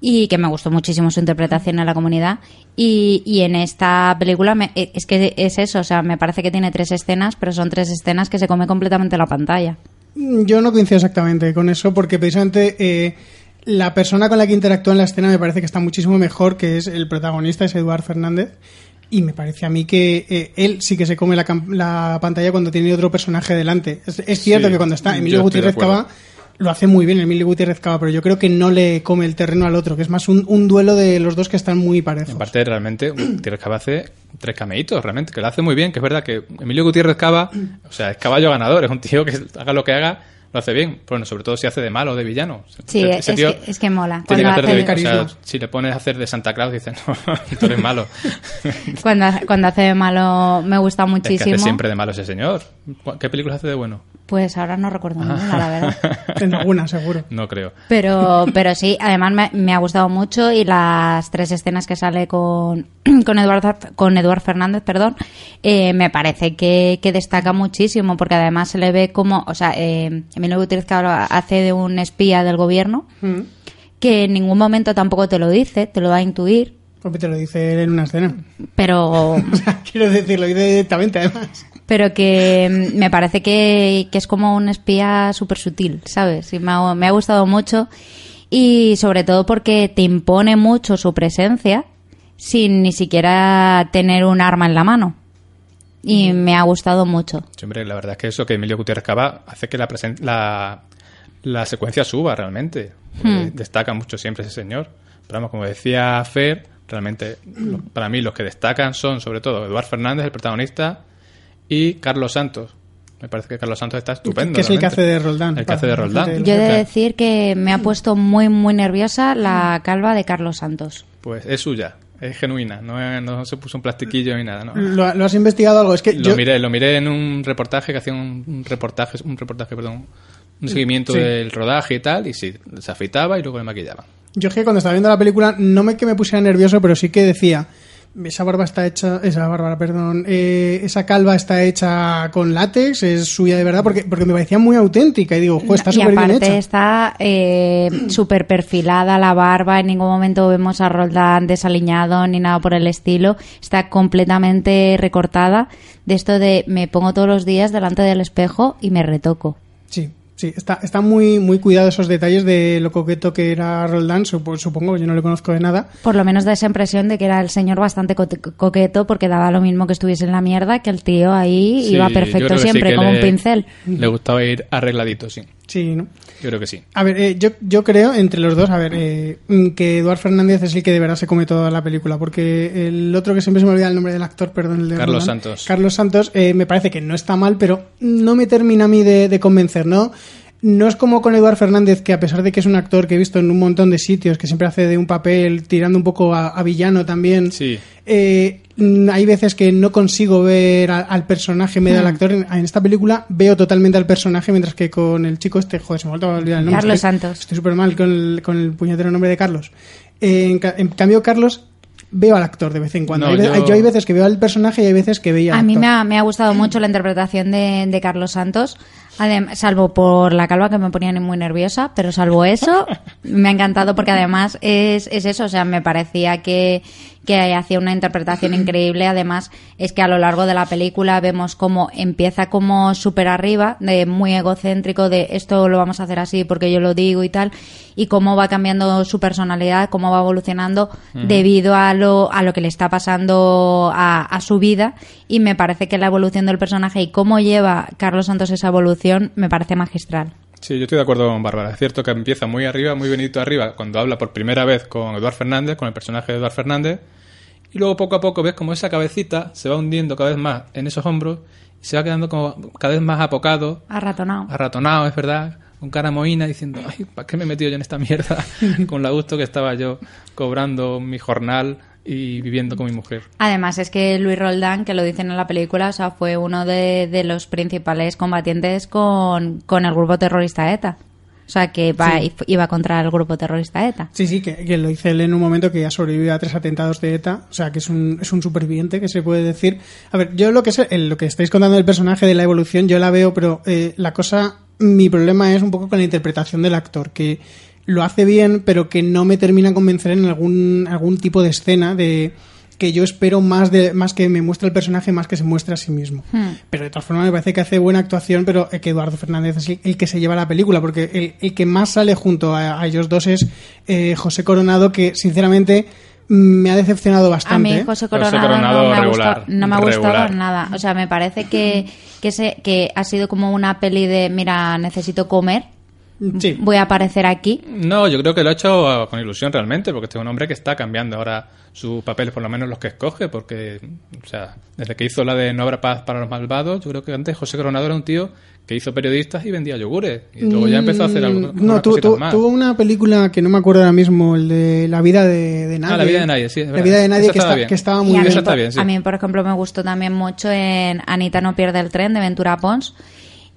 S2: y que me gustó muchísimo su interpretación en la comunidad. Y, y en esta película me- eh, es que es eso, o sea, me parece que tiene tres escenas, pero son tres escenas que se come completamente la pantalla.
S1: Mm, Yo no coincido exactamente con eso, porque precisamente eh, la persona con la que interactúa en la escena me parece que está muchísimo mejor, que es el protagonista, es Eduard Fernández. Y me parece a mí que eh, él sí que se come la, cam- la pantalla cuando tiene otro personaje delante. Es, es cierto
S3: Sí,
S1: que cuando está
S3: yo
S1: Emilio
S3: estoy de
S1: Gutiérrez
S3: acuerdo.
S1: Cava lo hace muy bien, Emilio Gutiérrez Cava, pero yo creo que no le come el terreno al otro, que es más un, un duelo de los dos que están muy parejos.
S3: Aparte, realmente, Gutiérrez Cava hace tres cameitos, realmente, que lo hace muy bien, que es verdad que Emilio Gutiérrez Cava, o sea, es caballo ganador, es un tío que haga lo que haga, lo hace bien. Bueno, sobre todo si hace de malo o de villano.
S2: Sí,
S3: Ese-
S2: es,
S3: ese tío
S2: que, es que mola.
S3: tiene
S2: Cuando,
S3: que
S2: hace,
S3: hacer de-
S1: hace-
S3: o sea,
S1: Carisma.
S3: si le pones a hacer de Santa Claus, dices, *laughs* no, tú eres malo.
S2: cuando, hace- cuando hace de malo me gusta
S3: es que
S2: muchísimo.
S3: hace siempre de malo ese señor. ¿Qué películas hace de bueno?
S2: Pues ahora no recuerdo ninguna, la verdad.
S3: *laughs*
S1: En alguna, seguro.
S3: No creo.
S2: Pero, pero sí, además me, me ha gustado mucho y las tres escenas que sale con, *clears throat* con, Eduardo, con Eduard Fernández, perdón, eh, me parece que, que destaca muchísimo porque además se le ve como, o sea, eh, Emilio Gutiérrez Cabral hace de un espía del gobierno
S1: Mm.
S2: que en ningún momento tampoco te lo dice, te lo va a intuir,
S1: Porque te lo dice él en una escena. *laughs*
S2: pero
S1: O sea, quiero decirlo y directamente, además.
S2: pero que mm, me parece que, que es como un espía súper sutil, ¿sabes? Y me ha, me ha gustado mucho y sobre todo porque te impone mucho su presencia sin ni siquiera tener un arma en la mano. Y me ha gustado mucho.
S3: Sí, hombre, la verdad es que eso que Emilio Gutiérrez Cava hace que la, presen- la, la secuencia suba realmente. Eh, destaca mucho siempre ese señor. Pero vamos, como decía Fer, realmente lo- para mí los que destacan son sobre todo Eduard Fernández, el protagonista, y Carlos Santos. Me parece que Carlos Santos está estupendo.
S1: Que es el que
S3: realmente.
S1: hace de Roldán.
S3: El que hace de
S1: Para-
S3: Roldán.
S1: fíjate,
S2: Yo he de
S3: Claro.
S2: decir que me ha puesto muy, muy nerviosa la calva de Carlos Santos.
S3: Pues es suya, es genuina, no, es- no se puso un plastiquillo ni nada. No.
S2: Mm.
S1: ¿Lo, lo has investigado algo? Es que
S3: Lo
S1: yo,
S3: miré, lo miré en un reportaje que hacía un, un reportaje, un reportaje, perdón, un seguimiento
S1: Sí.
S3: del rodaje y tal, y sí, se afeitaba y luego le maquillaba.
S1: Yo es que cuando estaba viendo la película, no me que me pusiera nervioso, pero sí que decía, Esa barba está hecha, esa barba, perdón, eh, esa calva está hecha con látex, es suya de verdad, porque, porque me parecía muy auténtica y digo, jo, Pues está
S2: y
S1: súper bien
S2: aparte
S1: hecha.
S2: está eh, súper perfilada la barba, en ningún momento vemos a Roldán desaliñado ni nada por el estilo, está completamente recortada, de esto de me pongo todos los días delante del espejo y me retoco.
S1: Sí, sí, está, está muy, muy cuidado esos detalles de lo coqueto que era Roldán, supo- supongo, yo no le conozco de nada.
S2: Por lo menos da esa impresión de que era el señor bastante co- coqueto porque daba lo mismo que estuviese en la mierda que el tío ahí
S3: Sí,
S2: iba
S3: yo creo
S2: perfecto
S3: que sí
S2: siempre,
S3: que
S2: como
S3: le-
S2: un pincel.
S3: Le gustaba ir arregladito, sí.
S1: Sí, ¿no?
S3: Yo creo que sí.
S1: A ver, eh, yo, yo creo, entre los dos, a ver, eh, mm, que Eduard Fernández es el que de verdad se come toda la película, porque el otro que siempre se me olvida el nombre del actor, perdón, el de
S3: Carlos
S1: Roland,
S3: Santos.
S1: Carlos Santos, eh, me parece que no está mal, pero no me termina a mí de, de convencer, ¿no? No es como con Eduard Fernández, que a pesar de que es un actor que he visto en un montón de sitios, que siempre hace de un papel tirando un poco a, a villano también,
S3: Sí.
S1: eh, mm, hay veces que no consigo ver a- al personaje, me da
S2: Hmm.
S1: el actor. En, en esta película veo totalmente al personaje, mientras que con el chico este, joder, se me ha vuelto a olvidar el nombre.
S2: Carlos
S1: estoy-
S2: Santos.
S1: Estoy súper mal con el, con el puñetero nombre de Carlos. Eh, en, ca- en cambio, Carlos veo al actor de vez en cuando.
S3: No,
S1: Hay ve- hay- yo...
S3: yo-
S1: hay veces que veo al personaje y hay veces que veía al
S2: A mí
S1: actor.
S2: me ha, me ha gustado mucho la interpretación de, de Carlos Santos, adem- salvo por la calva que me ponía muy nerviosa, pero salvo eso, me ha encantado porque además es, es eso, o sea, me parecía que, que hacía una interpretación increíble, además es que a lo largo de la película vemos cómo empieza como súper arriba, de muy egocéntrico, de esto lo vamos a hacer así porque yo lo digo y tal, y cómo va cambiando su personalidad, cómo va evolucionando debido a lo, a lo que le está pasando a, a su vida. Y me parece que la evolución del personaje y cómo lleva Carlos Santos esa evolución me parece magistral.
S3: Sí, yo estoy de acuerdo con Bárbara. Es cierto que empieza muy arriba, muy benito arriba, cuando habla por primera vez con Eduard Fernández, con el personaje de Eduard Fernández. Y luego poco a poco ves como esa cabecita se va hundiendo cada vez más en esos hombros y se va quedando como cada vez más apocado,
S2: A ratonado.
S3: arratonado, es verdad, con cara mohina diciendo, ay, ¿para qué me he metido yo en esta mierda? con la gusto que estaba yo cobrando mi jornal y viviendo con mi mujer.
S2: Además es que Luis Roldán, que lo dicen en la película, o sea, fue uno de, de los principales combatientes con, con el grupo terrorista ETA. O sea, que va- iba contra el grupo terrorista ETA.
S1: Sí, sí, que, que lo dice él en un momento que ya sobrevivió a tres atentados de ETA, o sea, que es un, es un superviviente, que se puede decir. A ver, yo lo que sé, en lo que estáis contando del personaje, de la evolución, yo la veo, pero eh, la cosa, mi problema es un poco con la interpretación del actor, que lo hace bien, pero que no me termina de convencer en algún, algún tipo de escena de que yo espero más de más que me muestre el personaje más que se muestre a sí mismo
S2: Hmm.
S1: pero de todas formas me parece que hace buena actuación pero eh, que Eduardo Fernández es el, el que se lleva la película porque el, el que más sale junto a, a ellos dos es eh, José Coronado que sinceramente mm, me ha decepcionado bastante
S2: A
S1: ¿eh?
S2: mí José
S3: José
S2: Coronado,
S3: Coronado
S2: no, me ha
S3: regular,
S2: gustado, no me ha gustado
S3: regular.
S2: nada. O sea, me parece que, que, se, que ha sido como una peli de, mira, necesito comer,
S1: sí
S2: voy a aparecer aquí.
S3: No, yo creo que lo ha hecho eh, con ilusión realmente, porque este es un hombre que está cambiando ahora sus papeles, por lo menos los que escoge, porque, o sea, desde que hizo la de No habrá paz para los malvados, yo creo que antes José Coronado era un tío que hizo periodistas y vendía yogures, y luego ya empezó a hacer algo.
S1: Mm, no tuvo, tuvo- tuvo una película que no me acuerdo ahora mismo el de la vida de, de nadie
S3: Ah, La vida de nadie, sí, es
S1: la
S3: verdad.
S1: vida de nadie
S3: Esa
S1: que,
S3: estaba
S1: está-
S3: bien.
S1: que estaba
S2: Y
S1: Ah, muy
S2: a,
S1: bien
S2: mí,
S3: Esa está
S2: por-
S3: bien, sí.
S2: a mí, por ejemplo, me gustó también mucho en Anita no pierde el tren de Ventura Pons.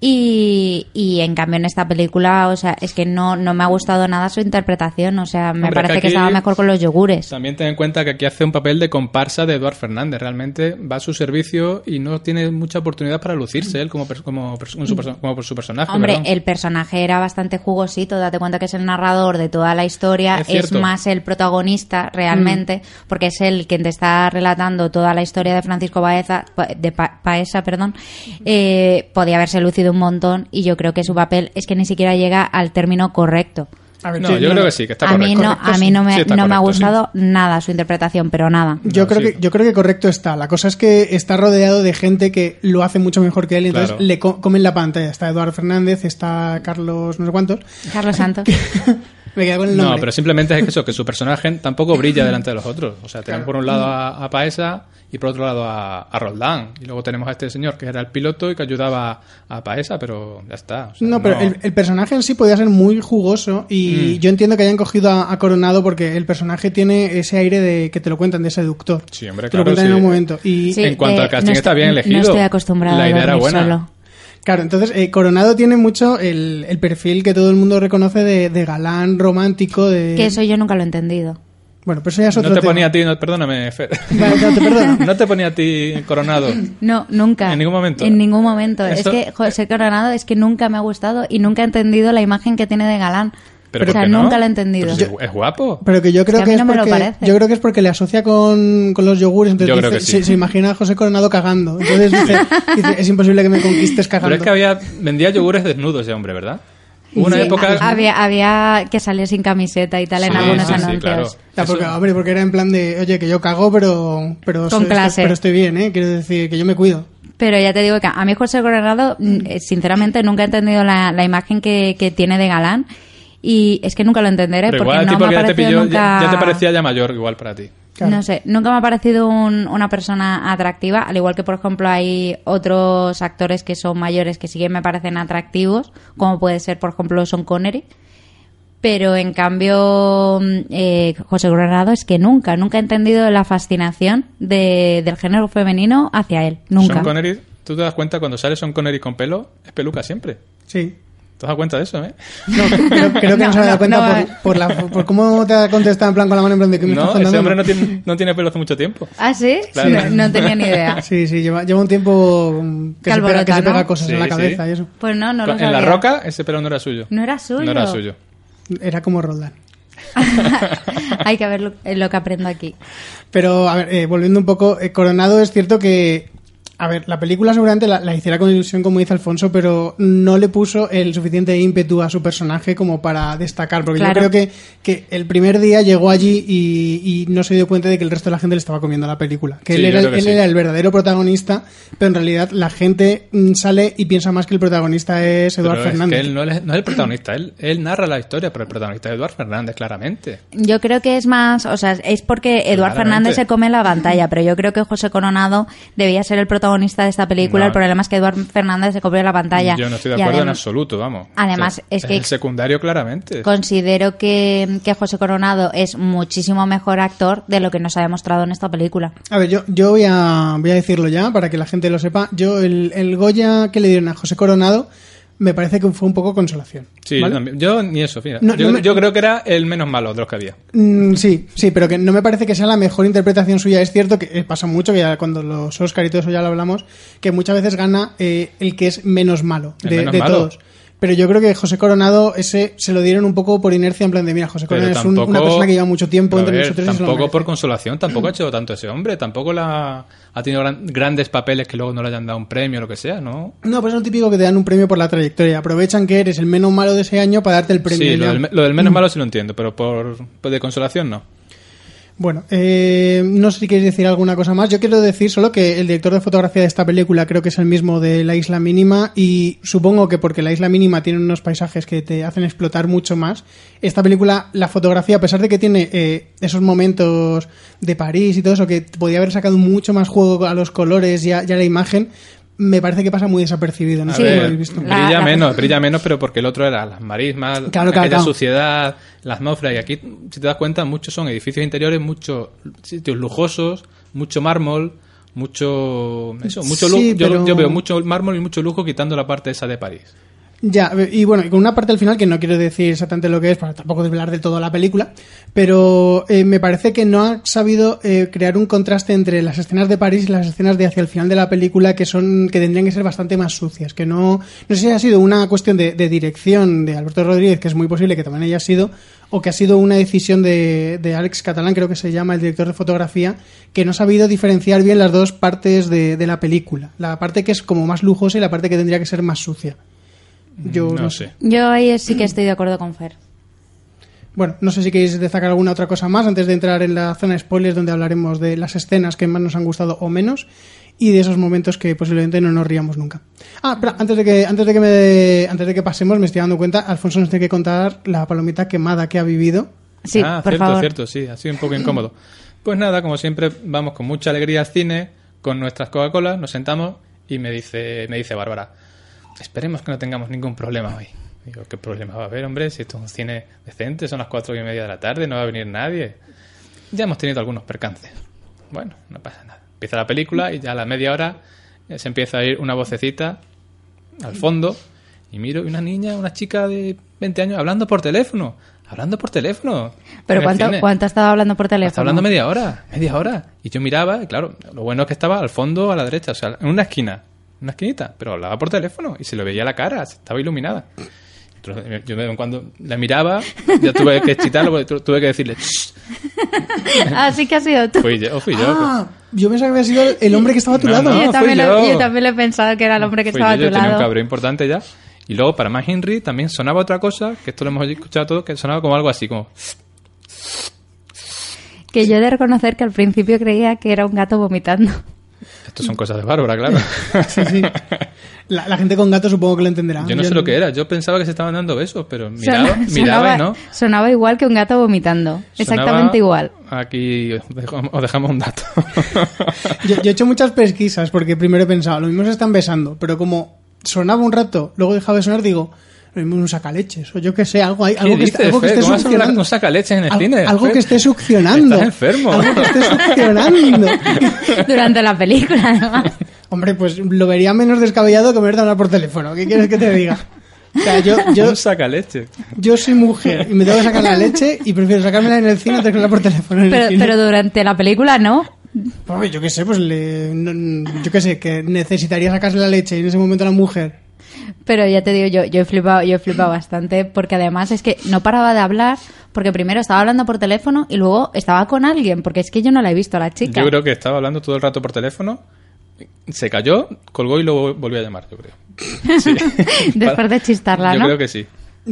S2: Y, y en cambio en esta película, o sea, es que no, no me ha gustado nada su interpretación, o sea, me
S3: Hombre,
S2: parece
S3: que
S2: que,
S3: aquí-
S2: estaba mejor con los yogures.
S3: También ten en cuenta que aquí hace un papel de comparsa de Eduard Fernández, realmente va a su servicio y no tiene mucha oportunidad para lucirse él como, pers- como, pers- con su, perso- como por su personaje.
S2: Hombre,
S3: Ah, perdón.
S2: el personaje era bastante jugosito, date cuenta que es el narrador de toda la historia,
S3: Es
S2: es,
S3: cierto. Mm.
S2: más el protagonista realmente, porque es el quien te está relatando toda la historia de Francisco Baeza, Pa- de Pa- Paesa, perdón, eh, podía haberse lucido un montón y yo creo que su papel es que ni siquiera llega al término correcto.
S1: A ver,
S3: No,
S1: sí,
S3: yo creo que sí, que está
S2: a
S3: correcto.
S2: mí no,
S1: Correcto,
S2: a mí
S1: sí.
S2: no me,
S3: Sí, está
S2: no me ha
S3: correcto, sí.
S2: gustado nada su interpretación, pero nada.
S1: Yo,
S3: No,
S1: creo
S3: sí.
S1: que, yo creo que correcto está. La cosa es que está rodeado de gente que lo hace mucho mejor que él y entonces
S3: Claro.
S1: le co- comen la pantalla. Está Eduardo Fernández, está Carlos no sé cuántos.
S2: Carlos Santos.
S1: Me quedo con el nombre.
S3: No, pero simplemente es que eso, que su personaje tampoco brilla delante de los otros. O sea, tenemos por un lado a, a Paesa y por otro lado a, a Roldán. Y luego tenemos a este señor que era el piloto y que ayudaba a Paesa, pero ya está. O sea,
S1: No, pero El, el personaje en sí podía ser muy jugoso
S3: Mm.
S1: y yo entiendo que hayan cogido a, a Coronado porque el personaje tiene ese aire de que te lo cuentan de seductor.
S3: Sí, hombre,
S1: Te lo
S3: claro,
S1: cuentan en
S3: sí.
S1: un momento. Y
S2: Sí,
S3: *laughs* En cuanto
S2: eh,
S3: al casting,
S2: no
S3: está
S2: estoy-
S3: bien elegido.
S2: No estoy acostumbrada
S3: La idea
S2: a
S3: era
S2: dormir
S3: buena.
S2: solo.
S1: Claro, entonces eh, Coronado tiene mucho el, el perfil que todo el mundo reconoce de, de galán romántico. De...
S2: Que eso yo nunca lo he entendido.
S1: Bueno, pero eso ya es otro
S3: No te
S1: tema.
S3: ponía a ti, no, perdóname, Fer.
S1: Vale, no, te perdono.
S3: *laughs* No te ponía a ti coronado.
S2: No, nunca.
S3: En ningún momento.
S2: En ningún momento.
S3: Esto-
S2: Es que José Coronado es que nunca me ha gustado y nunca he entendido la imagen que tiene de galán.
S3: Pero
S2: o sea,
S3: ¿por qué no?
S2: nunca la he entendido.
S3: Pues es- es guapo.
S1: Pero que yo creo
S2: a
S1: que,
S2: mí
S1: es
S2: no me lo
S1: porque,
S2: parece.
S1: yo creo que es porque le asocia con, con los yogures. Entonces
S3: Yo creo
S1: dice-
S3: que
S1: se,
S3: sí.
S1: se imagina a José Coronado cagando. Entonces
S2: *laughs*
S1: dice, dice, es imposible que me conquistes
S3: Pero
S1: cagando.
S3: es que había, vendía yogures desnudos ese hombre, ¿verdad? Hubo una
S2: Sí,
S3: época.
S2: Había, había que salir sin camiseta y tal en
S3: Sí,
S2: algunos
S3: sí, sí,
S2: anuncios.
S3: claro.
S1: Ya, porque, hombre, porque era en plan de, oye, que yo cago, pero, pero,
S2: Con
S1: soy-
S2: clase.
S1: pero estoy bien, ¿eh? Quiero decir, que yo me cuido.
S2: Pero ya te digo que a mí José Coronado, mm, eh, sinceramente, nunca he entendido la, la imagen que, que tiene de galán. Y es que nunca lo entenderé
S3: Pero
S2: porque
S3: igual, a ti
S2: no me ha
S3: porque ya te
S2: parecido
S3: pilló,
S2: nunca...
S3: ya, ya te parecía ya mayor, igual para ti.
S1: Claro.
S2: No sé, nunca me ha parecido un- una persona atractiva, al igual que, por ejemplo, hay otros actores que son mayores que sí que me parecen atractivos, como puede ser, por ejemplo, Son Connery. Pero en cambio, mm, eh, José Coronado es que nunca, nunca he entendido la fascinación de- del género femenino hacia él. Nunca.
S3: Sean Connery, tú te das cuenta cuando sale Son Connery con pelo, es peluca siempre.
S1: Sí.
S3: ¿Te das cuenta de eso, eh?
S1: No, creo, creo que no,
S2: No,
S1: se había dado
S2: no,
S1: cuenta
S2: no,
S1: por,
S2: eh.
S1: por la, por cómo te ha contestado en plan con la mano en plan de que me estás
S3: No, ese
S1: contando.
S3: hombre no tiene, no tiene pelo hace mucho tiempo.
S2: ¿Ah, sí?
S3: Claro.
S2: No, no tenía ni idea.
S1: Sí, sí, lleva, lleva un tiempo mm, que,
S2: Que
S1: se pega, que se
S2: alborota,
S1: pega
S2: ¿no?
S1: cosas en
S3: Sí,
S1: la
S3: sí.
S1: cabeza y eso.
S2: Pues no, no lo
S3: en
S2: sabía.
S3: La Roca, ese pelo no era suyo.
S2: No era suyo.
S3: No era suyo.
S1: Era como Roldán.
S2: *laughs* Hay que ver lo, eh, lo que aprendo aquí.
S1: Pero, a ver, eh, volviendo un poco, eh, Coronado es cierto que, a ver, la película seguramente la, la hiciera con ilusión, como dice Alfonso, pero no le puso el suficiente ímpetu a su personaje como para destacar, porque
S2: Claro.
S1: yo creo que, que el primer día llegó allí y, y no se dio cuenta de que el resto de la gente le estaba comiendo la película, que
S3: Sí,
S1: él,
S3: yo
S1: era, el-
S3: creo que
S1: él
S3: sí.
S1: era el verdadero protagonista, pero en realidad la gente mm, sale y piensa más que el protagonista es
S3: Pero
S1: Eduardo
S3: es
S1: Fernández.
S3: que él no es, no es el protagonista, él, él narra la historia, pero el protagonista es Eduardo Fernández, claramente.
S2: Yo creo que es más, o sea, es porque Eduardo
S3: Claramente.
S2: Fernández se come la pantalla, pero yo creo que José Coronado debía ser el protagonista de esta película.
S3: No.
S2: El problema es que Eduardo Fernández se come la pantalla.
S3: Yo no estoy
S2: Y
S3: de acuerdo en
S2: adem-
S3: absoluto, vamos.
S2: además, es que-
S3: el secundario, claramente.
S2: Considero que, que José Coronado es muchísimo mejor actor de lo que nos ha demostrado en esta película.
S1: A ver, yo, yo voy, a, voy a decirlo ya para que la gente lo sepa. Yo, el, el Goya que le dieron a José Coronado me parece que fue un poco consolación.
S3: Sí,
S1: ¿vale?
S3: yo, también. Yo ni eso, mira.
S1: No,
S3: yo,
S1: no me-
S3: yo creo que era el menos malo de los que había.
S1: Mm, sí, sí, pero que no me parece que sea la mejor interpretación suya. Es cierto que eh, pasa mucho, que ya cuando los Oscar y todo eso ya lo hablamos, que muchas veces gana eh, el que es menos malo
S3: El
S1: de,
S3: menos
S1: de
S3: malo.
S1: todos. Pero yo creo que José Coronado ese se lo dieron un poco por inercia, en plan de, mira, José
S3: Pero
S1: Coronado es un-
S3: tampoco,
S1: una persona que lleva mucho tiempo
S3: A
S1: entre
S3: ver,
S1: nosotros y se lo
S3: Tampoco
S1: merece.
S3: por consolación, tampoco ha hecho tanto ese hombre, tampoco la, ha tenido gran- grandes papeles que luego no le hayan dado un premio o lo que sea, ¿no?
S1: No, pues es lo típico que te dan un premio por la trayectoria. Aprovechan que eres el menos malo de ese año para darte el premio.
S3: Sí,
S1: ya.
S3: lo del, lo del menos malo sí lo entiendo, pero por, por de consolación no.
S1: Bueno, eh, no sé si queréis decir alguna cosa más. Yo quiero decir solo que el director de fotografía de esta película creo que es el mismo de La Isla Mínima y supongo que porque La Isla Mínima tiene unos paisajes que te hacen explotar mucho más, esta película, la fotografía, a pesar de que tiene eh, esos momentos de París y todo eso, que podía haber sacado mucho más juego a los colores y a, y a la imagen, me parece que pasa muy desapercibido. No
S3: A
S1: sé si
S3: ver,
S1: lo habéis visto.
S2: La-
S3: brilla
S2: la-
S3: menos, brilla menos, pero porque el otro era las marismas,
S1: Claro, claro,
S3: aquella
S1: claro.
S3: suciedad, las atmósfera. Y aquí, si te das cuenta, muchos son edificios interiores, muchos sitios lujosos, mucho mármol, mucho. Eso, mucho
S1: Sí,
S3: lujo. Yo-
S1: pero-
S3: Yo, veo mucho mármol y mucho lujo quitando la parte esa de París.
S1: Ya, y bueno, y con una parte al final que no quiero decir exactamente lo que es para tampoco desvelar de todo la película, pero eh, me parece que no ha sabido eh, crear un contraste entre las escenas de París y las escenas de hacia el final de la película que son que tendrían que ser bastante más sucias, que no no sé si ha sido una cuestión de, de dirección de Alberto Rodríguez, que es muy posible que también haya sido, o que ha sido una decisión de, de Alex Catalán, creo que se llama el director de fotografía, que no ha sabido diferenciar bien las dos partes de, de la película, la parte que es como más lujosa y la parte que tendría que ser más sucia. Yo
S3: Mm, No sé.
S2: Yo ahí sí que estoy de acuerdo con Fer.
S1: Bueno, no sé si queréis destacar alguna otra cosa más antes de entrar en la zona de spoilers donde hablaremos de las escenas que más nos han gustado o menos y de esos momentos que posiblemente no nos ríamos nunca. Ah, espera, antes de que antes de que me antes de que pasemos me estoy dando cuenta, Alfonso nos tiene que contar la palomita quemada que ha vivido.
S2: Sí,
S3: ah,
S2: por
S3: cierto,
S2: favor.
S3: cierto, sí, ha sido un poco incómodo. Pues nada, como siempre, vamos con mucha alegría al cine, con nuestras Coca-Colas, nos sentamos y me dice, me dice Bárbara, esperemos que no tengamos ningún problema hoy. Digo, ¿qué problema va a haber, hombre? Si esto es un cine decente, son las cuatro y media de la tarde, no va a venir nadie. Ya hemos tenido algunos percances. Bueno, no pasa nada. Empieza la película y ya a la media hora eh, se empieza a ir una vocecita al fondo y miro y una niña, una chica de 20 años hablando por teléfono. hablando por teléfono.
S2: Pero
S3: En el
S2: ¿cuánto,
S3: cine.
S2: ¿cuánto ha estado hablando por teléfono?
S3: Está hablando
S2: *laughs*
S3: media hora, media hora. Y yo miraba, y claro, lo bueno es que estaba al fondo, a la derecha, o sea, en una esquina, una esquinita, pero hablaba por teléfono y se le veía la cara, se estaba iluminada. Entonces, eh, Yo de vez en cuando la miraba, ya tuve que excitarlo, porque tu- tuve que decirle, "Shh".
S2: Así Ah, que ha sido tú.
S3: fui yo, fui yo.
S1: Ah, yo pensaba que había sido el hombre que estaba a tu
S3: No,
S1: lado.
S3: no.
S2: *laughs* yo, también
S3: fui
S2: lo,
S3: yo.
S2: yo también lo he pensado que era el hombre que
S3: Fui
S2: estaba
S3: Pues yo,
S2: a
S3: yo
S2: tu
S3: tenía un
S2: lado.
S3: cabreo importante ya. Y luego, para más Henry, también sonaba otra cosa, que esto lo hemos escuchado todos, que sonaba como algo así, como...
S2: Que yo he de reconocer que al principio creía que era un gato vomitando.
S3: Esto son cosas de Bárbara, claro.
S1: Sí, sí. La, la gente con gatos supongo que lo entenderá.
S3: Yo no sé lo que era, yo pensaba que se estaban dando besos, pero *laughs* miraba,
S2: *laughs* Sona-
S3: miraba y no.
S2: sonaba igual que un gato vomitando. Exactamente
S3: Sonaba- *laughs*
S2: igual.
S3: Aquí os dejamos, os dejamos un dato.
S1: Yo, yo he hecho muchas pesquisas porque primero he pensado, lo mismo se están besando, pero como sonaba un rato, luego dejaba de sonar, digo, lo mismo es un sacaleches, o yo que sé, algo, hay, algo, que,
S3: dices,
S1: está- algo que
S3: Fer?
S1: esté
S3: ¿Cómo vas a hablar
S1: succionando.
S3: con sacaleches en el
S1: Al-
S3: cine,
S1: algo
S3: Fer?
S1: que esté succionando.
S3: Estás enfermo.
S1: Algo que esté succionando.
S2: Durante la película, además.
S1: Hombre, pues lo vería menos descabellado que verte hablar por teléfono. ¿Qué quieres que te diga? O sea, yo,
S3: *laughs*
S1: yo,
S3: Un sacaleche.
S1: yo soy mujer y me tengo que sacar la leche y prefiero sacármela en el cine antes que hablar por teléfono. en el
S2: Pero,
S1: cine.
S2: pero durante la película no.
S1: Hombre, yo qué sé, pues le, no- yo qué sé, que necesitaría sacarse la leche y en ese momento la mujer
S2: Pero ya te digo, yo, yo he flipado, yo he flipado bastante, porque además es que no paraba de hablar, porque primero estaba hablando por teléfono y luego estaba con alguien, porque es que yo no la he visto a la chica.
S3: Yo creo que estaba hablando todo el rato por teléfono, se cayó, colgó y lo volvió a llamar, yo creo.
S2: *laughs* Después de chistarla,
S3: yo
S2: ¿no?
S3: creo que sí.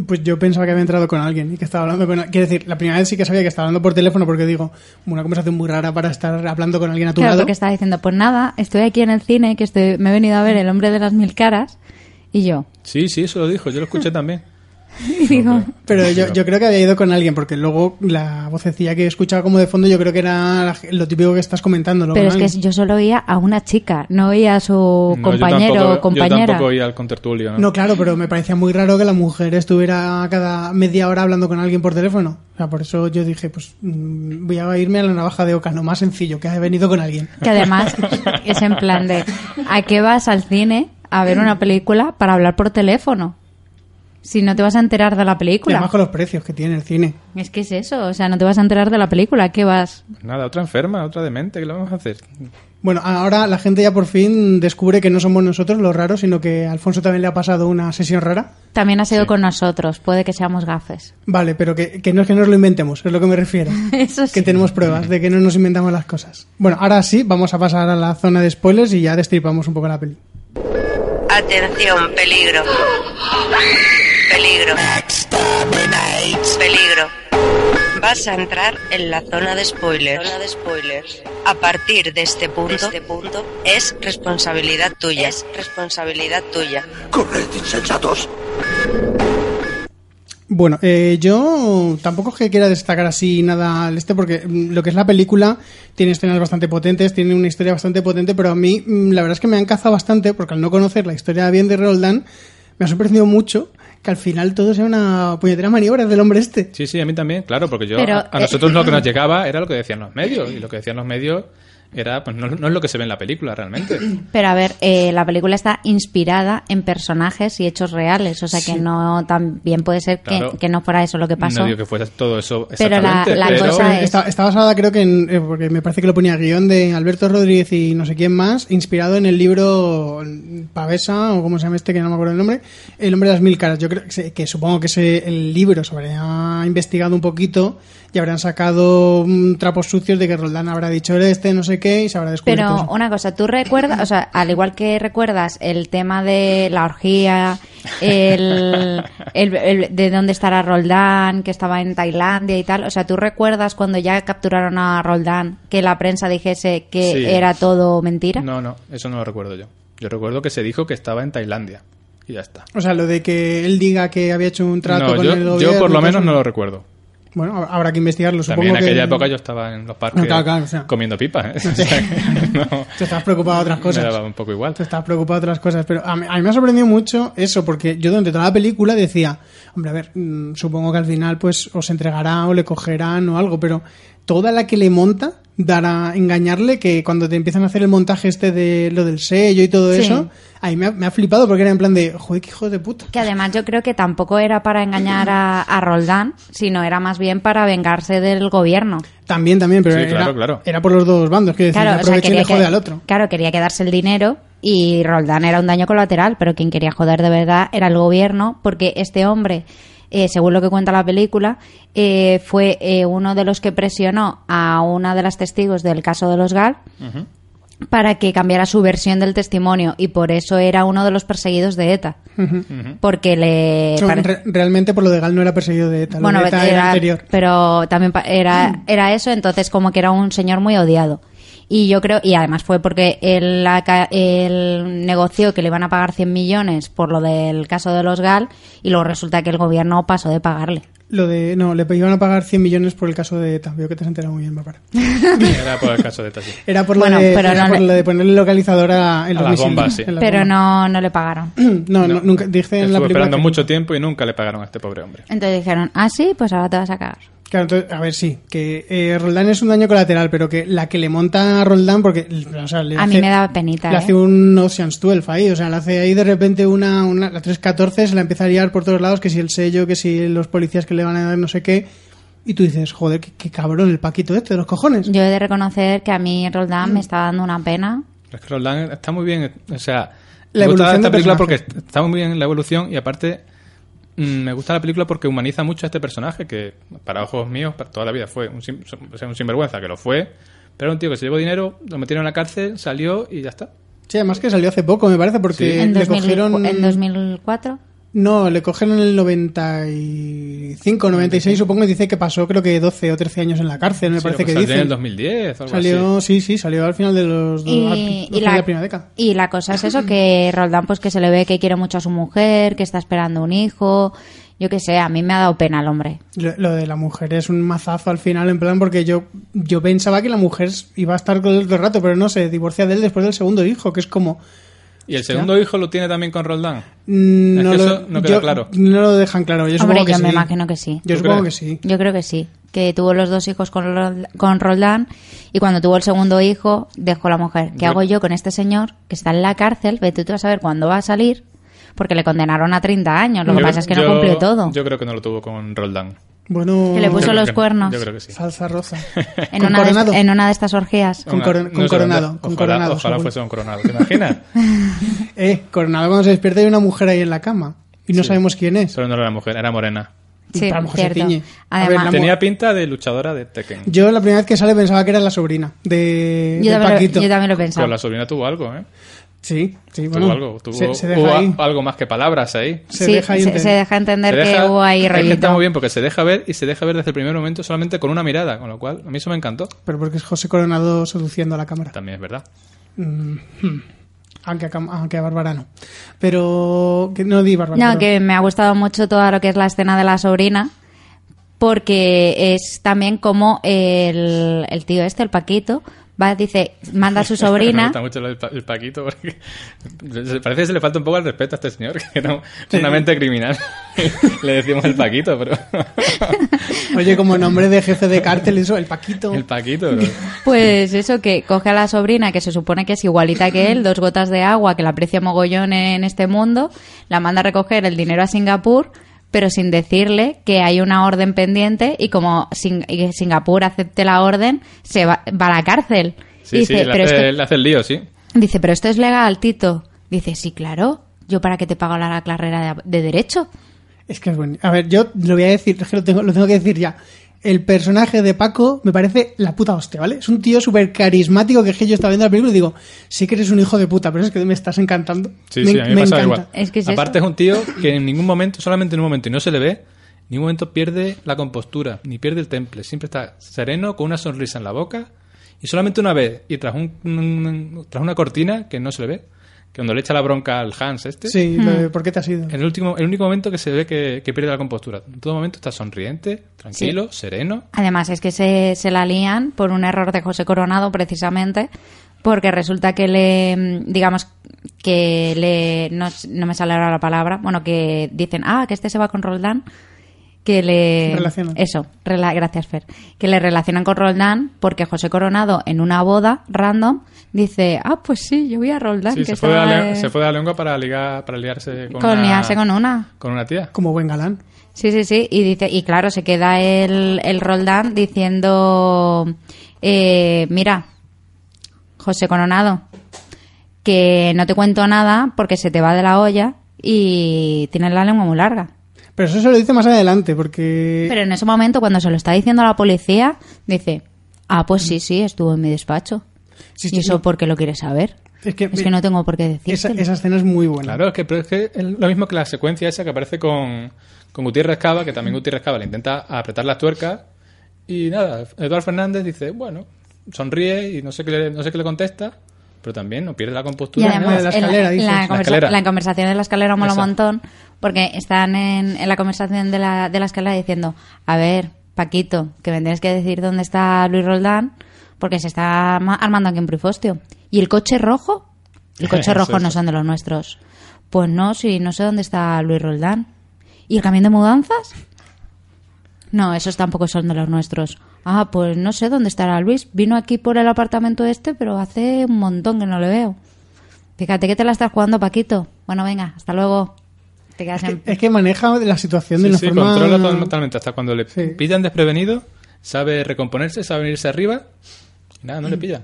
S1: Pues yo pensaba que había entrado con alguien y que estaba hablando con alguien. Quiero decir, la primera vez sí que sabía que estaba hablando por teléfono porque digo, una conversación muy rara para estar hablando con alguien a tu
S2: Claro,
S1: lado.
S2: porque estaba diciendo, pues nada, estoy aquí en el cine, que estoy, me he venido a ver El hombre de las mil caras, y yo.
S3: Sí, sí, eso lo dijo, yo lo escuché
S2: Hmm.
S3: también.
S2: Y *laughs* digo,
S1: Pero yo, yo creo que había ido con alguien porque luego la vocecilla que escuchaba como de fondo yo creo que era la- lo típico que estás comentando. luego
S2: pero es
S1: con
S2: que
S1: alguien.
S2: yo solo oía a una chica, no oía a su
S3: No, yo
S2: compañero
S3: tampoco-
S2: o compañera.
S3: Yo tampoco iba al contertulio. ¿no?
S1: No, claro, pero me parecía muy raro que la mujer estuviera cada media hora hablando con alguien por teléfono. O sea, por eso yo dije, pues mm, voy a irme a la navaja de Oca, lo más sencillo, que he venido con alguien.
S2: Que
S3: *laughs*
S2: además es en plan de, ¿a qué vas al cine a ver una película para hablar por teléfono? Si no te vas a enterar de la
S1: Y además
S2: película.
S1: con los precios que tiene el cine.
S2: Es que es eso, o sea, no te vas a enterar de la película, ¿a qué vas?
S3: Nada, otra enferma, otra demente, ¿qué le vamos a hacer?
S1: Bueno, ahora la gente ya por fin descubre que no somos nosotros los raros, sino que a Alfonso también le ha pasado una sesión rara.
S2: También ha sido con nosotros, puede que seamos gafes. *laughs*
S1: Vale, pero que, que no es que nos lo inventemos, es lo que me refiero.
S2: Eso sí.
S1: Que tenemos pruebas de que no nos inventamos las cosas. Bueno, ahora sí, vamos a pasar a la zona de spoilers y ya destripamos un poco la peli.
S9: Atención, peligro. Peligro. Peligro. Vas a entrar en la zona de spoilers. Zona de spoilers. A partir de este punto, este punto es responsabilidad tuya. Es responsabilidad tuya.
S4: Corred, insensatos.
S1: Bueno, eh, yo tampoco es que quiera destacar así nada al este, porque mm, lo que es la película tiene escenas bastante potentes, tiene una historia bastante potente, pero a mí mm, la verdad es que me han cazado bastante, porque al no conocer la historia bien de Roldán, me ha sorprendido mucho que al final todo sea una puñetera maniobra del hombre este.
S3: Sí, sí, a mí también, claro, porque yo
S2: Pero,
S3: a, a
S2: eh,
S3: nosotros lo
S2: *laughs*
S3: que nos llegaba era lo que decían los medios y lo que decían los medios era pues no, no es lo que se ve en la película realmente.
S2: Pero a ver, eh, la película está inspirada en personajes y hechos reales, o sea que no también puede ser que,
S3: Claro.
S2: que no fuera eso lo que pasó.
S3: No digo que fuera todo eso
S2: Pero la-
S3: exactamente,
S2: la
S3: pero-
S2: cosa es-
S1: Está, está basada, creo que en. eh, porque me parece que lo ponía guión de Alberto Rodríguez y no sé quién más, inspirado en el libro Pavesa, o como se llama este, que no me acuerdo el nombre, El hombre de las mil caras. Yo creo que, se- que supongo que ese, el libro se habrá investigado un poquito y habrán sacado mm, trapos sucios de que Roldán habrá dicho este, no sé qué, y se habrá descubierto.
S2: Pero una cosa, tú recuerdas, o sea, al igual que recuerdas el tema de la orgía, el, el- el- de dónde estará Roldán, que estaba en Tailandia y tal, o sea, tú recuerdas cuando ya capturaron a Roldán que la prensa dijese que
S3: Sí.
S2: era todo mentira.
S3: No, no, eso no lo recuerdo yo. Yo recuerdo que se dijo que estaba en Tailandia y ya está.
S1: O sea, lo de que él diga que había hecho un trato
S3: No,
S1: con el
S3: yo,
S1: gobierno.
S3: yo por
S1: todo
S3: lo
S1: eso,
S3: menos no lo recuerdo.
S1: Bueno, hab- habrá que investigarlo, supongo.
S3: También en
S1: que-
S3: aquella época yo estaba en los parques
S1: No, claro, claro, o sea.
S3: comiendo pipas.
S1: *laughs*
S3: ¿eh? O sea, no,
S1: Te estás preocupado de otras cosas.
S3: Me daba un poco igual.
S1: Te estás preocupado de otras cosas, pero a mí, a mí me ha sorprendido mucho eso, porque yo durante toda la película decía, hombre, a ver, mm, supongo que al final pues os entregará o le cogerán o algo, pero toda la que le monta dar a engañarle que cuando te empiezan a hacer el montaje este de lo del sello y todo
S2: Sí.
S1: eso, ahí me ha, me ha flipado porque era en plan de, joder, qué hijo de puta.
S2: Que además yo creo que tampoco era para engañar a, a Roldán, sino era más bien para vengarse del gobierno.
S1: También, también, pero
S3: Sí,
S1: era,
S3: claro, claro.
S1: era por los dos bandos, que
S2: Claro, o sea,
S1: aprovecha y
S2: quería
S1: le jode
S2: que-
S1: al otro.
S2: Claro, quería quedarse el dinero y Roldán era un daño colateral, pero quien quería joder de verdad era el gobierno, porque este hombre, eh, según lo que cuenta la película, eh, fue eh, uno de los que presionó a una de las testigos del caso de los Gal
S3: Ujú.
S2: para que cambiara su versión del testimonio y por eso era uno de los perseguidos de ETA,
S1: Ujú.
S3: Ujú.
S2: porque le...
S1: Hmm. Eso,
S2: pare-
S1: re- realmente por lo de Gal no era perseguido de ETA, lo de ETA era anterior. Mm.
S2: pero también pa- era, era eso, entonces como que era un señor muy odiado. Y yo creo, y además fue porque el, el negocio que le iban a pagar 100 millones por lo del caso de los GAL y luego resulta que el gobierno pasó de pagarle.
S1: Lo de, no, le iban a pagar 100 millones por el caso de ETA, veo que te has enterado muy bien, Bárbara.
S3: Era por el caso de Tassi.
S1: Era por lo,
S2: Bueno,
S1: de,
S2: pero
S1: era
S2: no
S1: por
S2: le-
S1: lo de ponerle localizador a, en los
S3: A las
S1: misiles,
S3: bombas, sí.
S1: en las
S2: Pero
S1: bombas.
S2: no, no le pagaron.
S1: No, no, nunca dije en la
S3: Estuvo
S1: película.
S3: esperando
S1: que-
S3: mucho tiempo y nunca le pagaron a este pobre hombre.
S2: Entonces dijeron, ah, sí, pues ahora te vas a cagar.
S1: Claro, entonces, a ver, sí, que eh, Roldán es un daño colateral, pero que la que le monta a Roldán, porque o sea, le
S2: A
S1: hace-
S2: mí me daba penita.
S1: Le
S2: ¿eh?
S1: hace un Ocean's 12 ahí, o sea, le hace ahí de repente una, una la 314, se la empieza a liar por todos lados, que si el sello, que si los policías que le van a dar no sé qué, y tú dices, joder, qué, qué cabrón el paquito este de los cojones.
S2: Yo he de reconocer que a mí Roldán me está dando una pena.
S3: Es que Roland está muy bien, o sea,
S1: La
S3: me gusta
S1: evolución
S3: esta
S1: del
S3: película
S1: personaje.
S3: porque está muy bien la evolución y aparte mm, me gusta la película porque humaniza mucho a este personaje que para ojos míos para toda la vida fue un, sim- o sea, un sinvergüenza que lo fue, pero era un tío que se llevó dinero, lo metieron en la cárcel, salió y ya está.
S1: Sí, además que salió hace poco, me parece, porque
S2: en,
S1: Eh, le
S2: 2000
S1: cogieron...
S2: en 2004.
S1: No, le cogieron en el 95, 96, supongo, y dice que pasó creo que 12 o 13 años en la cárcel, me
S3: Sí,
S1: parece
S3: lo
S1: que
S3: salió en
S1: dice.
S3: el 2010 o algo así.
S1: Salió, sí, sí, salió al final de los dos, al
S2: y,
S1: principio
S2: y
S1: de la,
S2: la,
S1: primera década.
S2: y la cosa es eso, que Roldán pues que se le ve que quiere mucho a su mujer, que está esperando un hijo, yo qué sé, a mí me ha dado pena el hombre.
S1: Lo, lo de la mujer es un mazazo al final, en plan, porque yo, yo pensaba que la mujer iba a estar con él todo el rato, pero no se divorcia de él después del segundo hijo, que es como.
S3: Y el segundo hijo lo tiene también con Roldán.
S1: mm,
S3: Es
S1: No
S3: que
S1: lo,
S3: eso no queda
S1: yo-
S3: claro.
S1: no lo dejan claro. Yo
S2: hombre,
S1: supongo que
S2: yo
S1: sí.
S2: me imagino que sí.
S1: Yo
S3: ¿Tú
S1: supongo
S3: crees?
S1: que sí.
S2: Yo creo que sí, que tuvo los dos hijos con, Rol- con Roldán y cuando tuvo el segundo hijo dejó la mujer. ¿Qué
S3: Yo-
S2: hago yo con este señor que está en la cárcel? Vete tú a saber cuándo va a salir, porque le condenaron a 30 años. Lo que
S3: Yo-
S2: pasa es que
S3: yo-
S2: no cumplió todo.
S3: Yo creo que no lo tuvo con Roldán.
S1: Bueno,
S2: Que le puso
S3: Yo creo
S2: los
S3: que no.
S2: cuernos.
S3: Yo creo que sí.
S1: salsa rosa.
S2: en,
S1: Con
S2: una
S1: coronado.
S2: de, en una de estas orgías.
S1: Con
S3: Una-
S1: coron- con
S3: sé
S1: coronado,
S3: dónde.
S1: con
S3: Ojalá-
S1: coronado,
S3: Ojalá
S1: seguro.
S3: fuese un coronado. ¿Te
S2: *laughs*
S3: imaginas?
S1: Eh, Coronado cuando se despierta hay una mujer ahí en la cama y no sabemos quién es.
S3: Pero no era mujer, era morena.
S2: Sí,
S1: a lo mejor se
S2: cierto.
S1: tiñe. A ver,
S2: Además,
S1: la
S3: Tenía pinta de luchadora de Tekken.
S1: Yo la primera vez que sale pensaba que era la sobrina de,
S2: yo,
S1: de
S2: también
S1: Paquito.
S2: lo, yo también lo pensaba.
S3: Con la sobrina tuvo algo, ¿eh?
S1: Sí, sí,
S3: Tuvo
S1: bueno.
S3: algo, tuvo,
S1: se, se
S3: hubo
S1: deja
S3: a-
S1: ahí.
S3: algo más que palabras ahí.
S1: Se
S2: Sí,
S1: deja ahí
S2: se,
S1: entender.
S2: se deja entender
S3: Se deja-
S2: que hubo ahí
S3: es que
S2: rollito.
S3: está muy bien porque se deja ver y se deja ver desde el primer momento solamente con una mirada, con lo cual a mí eso me encantó.
S1: Pero porque es José Coronado seduciendo a la cámara.
S3: También es verdad.
S1: Aunque a, Cam- aunque a Bárbara no. Pero que no di Bárbara.
S2: No,
S1: perdón.
S2: que me ha gustado mucho toda lo que es la escena de la sobrina, porque es también como el, el tío este, el Paquito, va, dice, manda
S3: *laughs*
S2: a su
S3: Me
S2: sobrina.
S3: gusta mucho lo del pa- el Paquito porque se- parece que se le falta un poco el respeto a este señor, *laughs* que era un- una mente criminal. *laughs* le decimos el Paquito, pero.
S1: Oye, como nombre de jefe de cártel, eso, el Paquito.
S3: el Paquito, pero.
S2: Pues eso, que coge a la sobrina, que se supone que es igualita que él, dos gotas de agua, que la aprecia mogollón en este mundo, la manda a recoger el dinero a Singapur, pero sin decirle que hay una orden pendiente y como Sing- y que Singapur acepte la orden, se va, va a la cárcel.
S3: Sí,
S2: Y
S3: sí,
S2: dice,
S3: le
S2: "Pero
S3: hace,
S2: es que-
S3: le hace el lío, sí.
S2: Dice, pero esto es legal, Tito. Dice, sí, claro. ¿Yo para qué te pago la carrera de, de derecho?
S1: Es que es bueno. A ver, yo lo voy a decir, es que lo tengo, lo tengo que decir ya. El personaje de Paco me parece la puta hostia, ¿vale? Es un tío súper carismático que es que yo estaba viendo la película y digo, sí que eres un hijo de puta, pero es que me estás encantando.
S3: Sí,
S1: me,
S3: sí, a mí me,
S1: me
S3: pasaba
S1: encanta.
S3: igual.
S2: Es que es
S3: Aparte
S2: eso.
S3: es un tío que en ningún momento, solamente en un momento, y no se le ve, en ningún momento pierde la compostura, ni pierde el temple. Siempre está sereno, con una sonrisa en la boca, y solamente una vez, y tras, un- un- tras una cortina que no se le ve, que cuando le echa la bronca al Hans este,
S1: Sí, lo
S2: Hmm.
S1: de, ¿por qué te has ido?
S3: en el, último, el único momento que se ve que, que pierde la compostura. En todo momento está sonriente, tranquilo, sereno.
S2: Además, es que se, se la lían por un error de José Coronado, precisamente, porque resulta que le, mm, digamos, que le, no, s- no me sale ahora la palabra, bueno, que dicen, ah, que este se va con Roldán, que le
S1: Relacionan.
S2: eso rela- gracias Fer que le relacionan con Roldán porque José Coronado en una boda random dice ah pues sí yo voy a Roldán
S3: Sí,
S2: que
S3: se fue, de
S2: estaba
S3: la,
S2: de-
S3: lengua- se fue de la lengua para, ligar, para liarse con,
S2: con
S3: una,
S2: liarse con una
S3: con una tía.
S1: Como buen galán.
S2: Sí, sí, sí. Y dice, y claro, se queda el, el Roldán diciendo eh, mira, José Coronado, que no te cuento nada porque se te va de la olla y tienes la lengua muy larga.
S1: Pero eso se lo dice más adelante, porque.
S2: Pero en ese momento, cuando se lo está diciendo a la policía, dice, ah, pues sí, sí, estuvo en mi despacho.
S1: Sí, Eh, sí,
S2: ¿Y eso
S1: sí.
S2: por qué lo quieres saber?
S1: es que,
S2: Es que no tengo por qué
S1: esa,
S2: decírtelo.
S1: esa escena es muy buena.
S3: Claro, es que, pero es que es lo mismo que la secuencia esa que aparece con, con Gutiérrez Cava, que también Gutiérrez Cava le intenta apretar las tuercas. Y nada, Eduardo Fernández dice, bueno, sonríe y no sé qué le, no sé qué le contesta, pero también no pierde la
S2: Y
S3: compostura. ni
S2: además,
S3: nada.
S1: la escalera,
S2: en
S1: dices.
S2: la,
S1: La
S2: conversa-
S3: escalera.
S2: la conversación de la escalera mola un
S3: Esa.
S2: montón, porque están en, en la conversación de la, de la escalera diciendo, a ver, Paquito, que me tienes que decir dónde está Luis Roldán, porque se está arma- armando aquí un prifostio. ¿Y el coche rojo? El coche
S3: Eso,
S2: rojo no
S3: eso.
S2: son de los nuestros. Pues no, sí, no sé dónde está Luis Roldán. ¿Y el camión de mudanzas? No, esos tampoco son de los nuestros. Ah, pues no sé dónde estará Luis. Vino aquí por el apartamento este, pero hace un montón que no le veo. Fíjate que te la estás jugando, Paquito. Bueno, venga, hasta luego. Te quedas en-
S1: Es que maneja la situación de
S3: Sí,
S1: una
S3: sí,
S1: forma.
S3: controla to- totalmente. Hasta cuando le
S1: Sí.
S3: pillan desprevenido, sabe recomponerse, sabe venirse arriba. Y nada, no
S1: Mm.
S3: le pillan.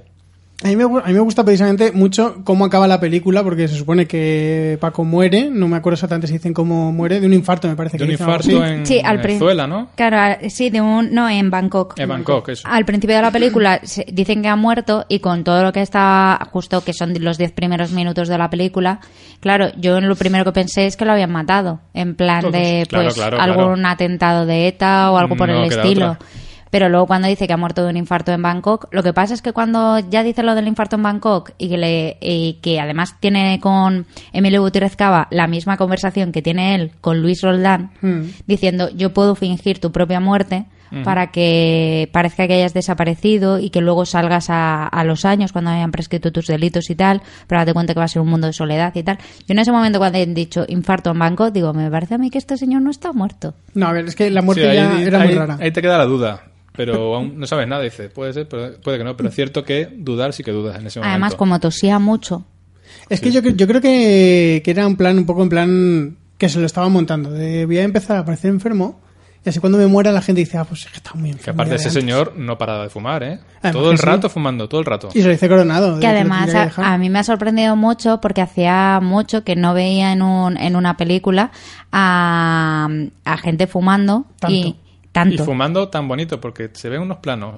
S1: A mí, me, gu- a mí me gusta precisamente mucho cómo acaba la película, porque se supone que Paco muere, no me acuerdo exactamente si dicen cómo muere, de un infarto me parece
S3: De
S1: que
S3: un
S1: dicen algo
S3: infarto eh.
S1: así.
S3: en
S2: Sí, al prin-
S3: Venezuela, ¿no?
S2: Claro, a- sí, de un... No, en Bangkok.
S3: En Bangkok, eso.
S2: Al principio
S3: *clears throat*
S2: de la película se- dicen que ha muerto y con todo lo que está, justo que son los 10 primeros minutos de la película, claro, yo lo primero que pensé es que lo habían matado, en plan
S3: Todos.
S2: de
S3: Claro,
S2: pues
S3: claro, claro.
S2: algún atentado de ETA o algo por
S3: No
S2: el
S3: queda
S2: estilo.
S3: otra.
S2: Pero luego cuando dice que ha muerto de un infarto en Bangkok, lo que pasa es que cuando ya dice lo del infarto en Bangkok y que, le, y que además tiene con Emilio Gutiérrez Cava la misma conversación que tiene él con Luis Roldán,
S1: Hmm.
S2: diciendo yo puedo fingir tu propia muerte
S3: Ujú.
S2: para que parezca que hayas desaparecido y que luego salgas a, a los años cuando hayan prescrito tus delitos y tal, pero date cuenta que va a ser un mundo de soledad y tal. Yo en ese momento cuando han dicho infarto en Bangkok, digo, me parece a mí que este señor no está muerto.
S1: No, a ver, es que la
S3: Sí,
S1: muerte
S3: ahí,
S1: ya era muy
S3: ahí-
S1: rara.
S3: ahí te queda la duda. Pero aún no sabes nada, dices. Puede ser, pero- puede que no.
S1: Mm.
S3: Pero es cierto que dudar sí que dudas en ese momento.
S2: Además, como tosía mucho,
S1: Es que yo, cre- yo creo que, que era un plan, un poco en plan que se lo estaba montando. De, voy a empezar a parecer enfermo y así cuando me muera la gente dice, ah, pues es que está muy enfermo.
S3: Que aparte
S1: ya
S3: ese
S1: de antes".
S3: señor no paraba de fumar, ¿eh?
S1: Además
S3: todo el
S1: que sí.
S3: rato fumando, todo el rato.
S1: Y se lo dice coronado. de
S2: Que
S1: lo lo
S2: además
S1: tendría que
S2: a,
S1: dejar.
S2: a mí me ha sorprendido mucho porque hacía mucho que no veía en, un, en una película a, a gente fumando y
S3: Y
S2: tanto.
S3: fumando tan bonito, porque se ven unos planos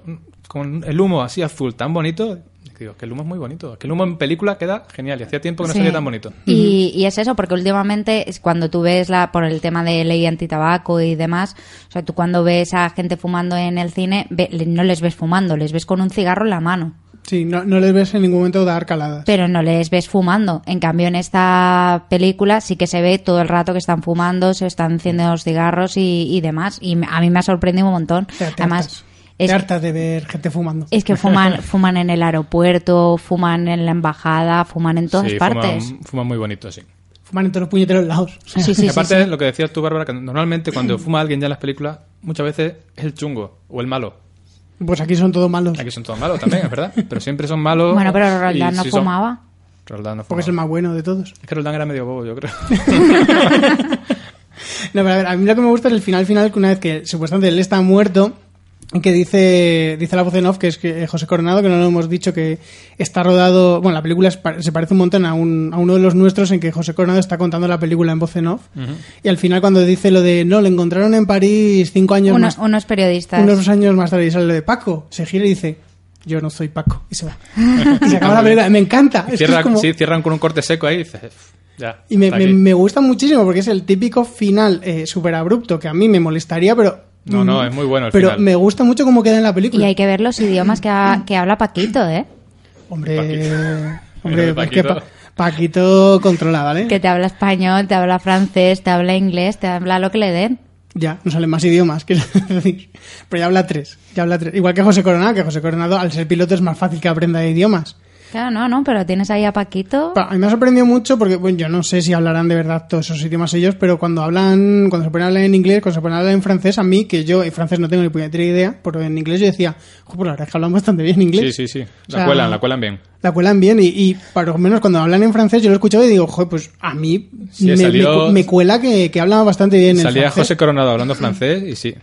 S3: con el humo así azul tan bonito. Y Digo, es que el humo es muy bonito. Es que el humo en película queda genial. Y hacía tiempo que no
S2: Sí.
S3: salía tan bonito.
S2: Y, y es eso, porque últimamente es cuando tú ves la, por el tema de ley antitabaco y demás, o sea, tú cuando ves a gente fumando en el cine, ve- le- no les ves fumando, les ves con un cigarro en la mano,
S1: Sí, no, no le ves en ningún momento dar caladas.
S2: pero no les ves fumando. En cambio, en esta película sí que se ve todo el rato que están fumando, se están encendiendo los cigarros y, y demás, y a mí me ha sorprendido un montón.
S1: Te- te hartas.
S2: Además,
S1: Te
S2: es,
S1: hartas de ver gente fumando.
S2: es
S1: *laughs*
S2: que fuman, fuman en el aeropuerto, fuman en la embajada, fuman en todas
S3: Sí,
S2: partes.
S3: Fuman, fuman muy bonito, sí.
S1: Fuman en todos los puñeteros lados.
S2: Sí, sí,
S3: y
S2: sí,
S3: aparte,
S2: sí.
S3: lo que decías tú, Bárbara, que normalmente
S2: *clears throat*
S3: cuando fuma alguien ya en las películas, muchas veces es el chungo o el malo.
S1: Pues aquí son todos malos.
S3: Aquí son todos malos también, es verdad. Pero siempre son malos.
S2: Bueno, pero
S3: y
S2: Roldán no
S3: sí son-
S2: fumaba.
S3: Roldán no fumaba.
S1: Porque es el más bueno de todos. *laughs*
S3: Es que Roldán era medio bobo, yo creo.
S1: No, pero a ver, a mí lo que me gusta es el final final, que una vez que supuestamente él está muerto, que dice, dice la voz en off, que es que eh, José Coronado, que no lo hemos dicho, que está rodado, bueno, la película es pa- se parece un montón a, un- a uno de los nuestros en que José Coronado está contando la película en voz en off, y al final cuando dice lo de, no, lo encontraron en París cinco años
S2: Uno-
S1: más
S2: unos periodistas.
S1: unos años más tarde y sale lo de Paco, se gira y dice, yo no soy Paco, y se va. *laughs* y se acaba la película, me encanta.
S3: *laughs*
S1: Es que es
S3: Cierran,
S1: como-
S3: Sí, cierran con un corte seco ahí y dices, ya.
S1: y me,
S3: hasta
S1: me-
S3: aquí".
S1: me gusta muchísimo porque es el típico final eh, súper abrupto que a mí me molestaría, pero.
S3: No, no,
S1: mm,
S3: es muy bueno el
S1: Pero
S3: final.
S1: me gusta mucho cómo queda en la película.
S2: Y hay que ver los idiomas
S1: *clears throat*
S2: que, ha- que habla Paquito, ¿eh?
S1: Hombre.
S3: Paquito. *laughs*
S1: Hombre,
S3: Paquito.
S1: es que Pa- Paquito controla, ¿vale?
S2: Que te habla español, te habla francés, te habla inglés, te habla lo que le den.
S1: Ya, no salen más idiomas, *laughs* quiero decir. Pero ya habla tres, ya habla tres. Igual que José Coronado, que José Coronado, al ser piloto, es más fácil que aprenda idiomas.
S2: Claro, no, no, pero tienes ahí a Paquito.
S1: Pa- A mí me ha sorprendido mucho porque, bueno, yo no sé si hablarán de verdad todos esos idiomas ellos, pero cuando hablan, cuando se ponen a hablar en inglés, cuando se ponen a hablar en francés, a mí, que yo en francés no tengo ni puñetera idea, pero en inglés yo decía, "Jo, pues la verdad es que hablan bastante bien
S3: Sí,
S1: inglés.
S3: sí, sí.
S1: O
S3: La
S1: sea,
S3: cuelan, la cuelan bien.
S1: La cuelan bien y, y para lo menos cuando hablan en francés yo lo he escuchado y digo, joder, pues a mí
S3: Sí,
S1: me,
S3: salió-
S1: me cu- me cuela que, que hablan bastante bien el
S3: Salía
S1: francés.
S3: José Coronado hablando francés y sí.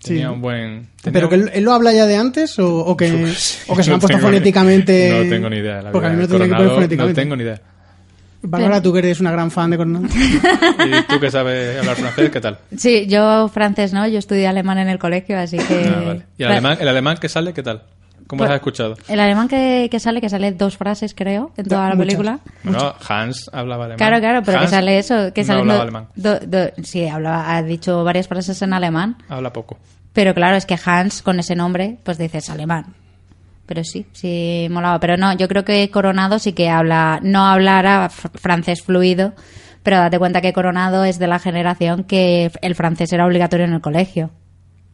S1: Sí.
S3: Tenía un buen. tenía
S1: ¿Pero que él, él lo habla ya de antes o, o
S3: *laughs*
S1: que, o que se lo
S3: No
S1: han puesto
S3: tengo ni-
S1: fonéticamente?
S3: No tengo ni idea. La
S1: Porque a mí me lo tendría que
S3: verdad.
S1: poner
S3: Coronado, no
S1: fonéticamente.
S3: tengo ni idea.
S1: Bárbara, tú que eres una gran fan de Coronado.
S3: ¿Y tú que sabes hablar francés? ¿Qué tal?
S2: Sí, yo francés no, yo estudié alemán en el colegio, así que...
S3: Ah, vale. ¿Y el alemán, el alemán que sale? ¿Qué tal? ¿Cómo
S2: Eh, Pues-
S3: lo has escuchado?
S2: El alemán que, que sale, que sale dos frases, creo, en toda la
S1: Muchas.
S2: película.
S3: Bueno, Hans hablaba alemán.
S2: Claro, claro, pero
S3: Hans
S2: que sale eso, que
S3: no
S2: sale...
S3: hablaba alemán.
S2: sí, hablaba, ha dicho varias frases en alemán,
S3: Habla poco.
S2: pero claro, es que Hans, con ese nombre, pues dices alemán. Pero sí, sí molaba. Pero no, yo creo que Coronado sí que habla, no hablará fr- francés fluido, pero date cuenta que Coronado es de la generación que el francés era obligatorio en el colegio.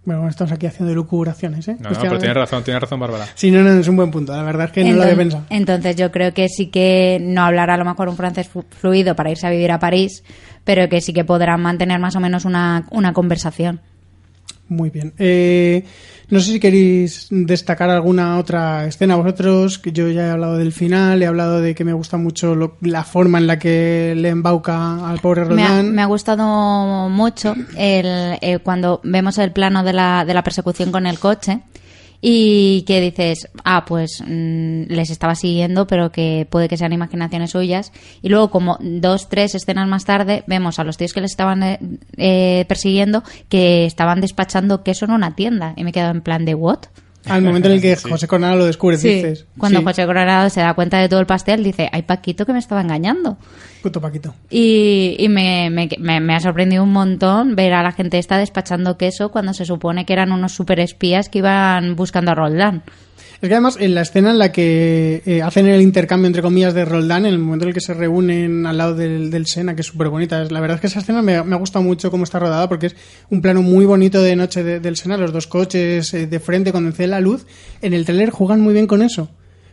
S1: Bueno, bueno, estamos aquí haciendo lucubraciones, ¿eh?
S3: No, no,
S1: Hostia,
S3: pero
S1: vale.
S3: tienes razón, tienes razón, Bárbara.
S1: Sí, no, no, es un buen punto. La verdad es que no lo había
S2: Enton-
S1: pensado.
S2: Entonces yo creo que sí que no hablará a lo mejor un francés fu- fluido para irse a vivir a París, pero que sí que podrán mantener más o menos una, una conversación.
S1: Muy bien. Eh, no sé si queréis destacar alguna otra escena vosotros, que yo ya he hablado del final, he hablado de que me gusta mucho lo- la forma en la que le embauca al pobre
S2: Me ha,
S1: Roland.
S2: me ha gustado mucho el, eh, cuando vemos el plano de la, de la persecución con el coche y que dices, ah, pues mm, les estaba siguiendo, pero que puede que sean imaginaciones suyas. Y luego, como dos, tres escenas más tarde, vemos a los tíos que les estaban eh, eh, persiguiendo que estaban despachando queso en una tienda. Y me quedo en plan de, ¿what?
S1: Al momento en el
S3: *laughs*
S1: que José Coronado lo descubre,
S2: Sí,
S1: dices.
S2: Cuando
S1: sí,
S2: José Coronado se da cuenta de todo el pastel, dice, ay Paquito que me estaba engañando.
S1: Puto Paquito.
S2: Y, y me, me- me- me ha sorprendido un montón ver a la gente está despachando queso cuando se supone que eran unos super espías que iban buscando a Roldán.
S1: Es que además en la escena en la que eh, hacen el intercambio entre comillas de Roldán, en el momento en el que se reúnen al lado del, del Sena, que es súper bonita, Es- la verdad es que esa escena me, me ha gustado mucho cómo está rodada porque es un plano muy bonito de noche de- del Sena, los dos coches eh, de frente cuando enciende la luz, en el tráiler juegan muy bien con eso.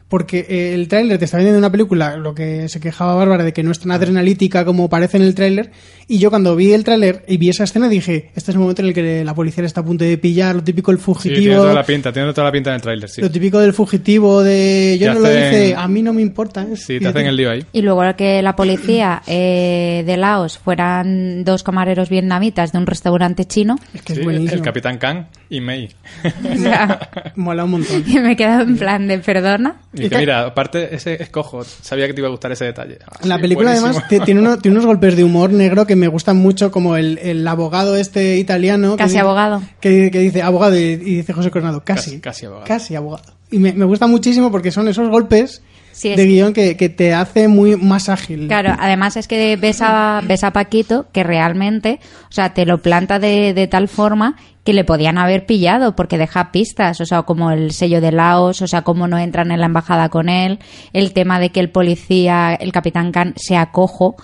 S1: Porque eh, el tráiler te está vendiendo una película, lo que se quejaba Bárbara de que no es
S3: Ah.
S1: tan adrenalítica como parece en el tráiler, y yo cuando vi el tráiler y vi esa escena dije, este es el momento en el que la policía le está a punto de pillar, lo típico el
S3: Sí,
S1: fugitivo,
S3: tiene toda la pinta, tiene toda la pinta en el tráiler, sí.
S1: lo típico del fugitivo, de yo
S3: Te
S1: no lo
S3: hacen-
S1: hice, a mí no me importa. ¿eh?
S3: Sí, te hacen el lío ahí.
S2: Y luego que la policía eh, de Laos fueran dos camareros vietnamitas de un restaurante chino. *laughs*
S1: Es que
S3: Sí,
S1: es buenísimo. *laughs*
S3: el Capitán Khan y May.
S2: O sea,
S1: Mola un montón.
S2: y me quedo en plan de perdona.
S3: Y que mira, aparte, ese es cojo. Sabía que te iba a gustar ese detalle. Ah,
S1: La
S3: sí,
S1: película
S3: buenísimo.
S1: además te- tiene, uno- tiene unos golpes de humor negro que me gustan mucho, como el, el abogado este italiano. que
S2: Casi
S1: dice-
S2: abogado.
S1: Que, que dice abogado y, y dice José Coronado, casi.
S3: Casi- casi abogado.
S1: Casi abogado. Y me, me gusta muchísimo porque son esos golpes
S2: Sí, es
S1: de
S2: que-
S1: guión que, que te hace muy más ágil.
S2: Claro, además es que ves a, ves a Paquito que realmente, o sea, te lo planta de, de tal forma que le podían haber pillado porque deja pistas, o sea, como el sello de Laos, o sea, cómo no entran en la embajada con él, el tema de que el policía, el capitán Khan, sea cojo.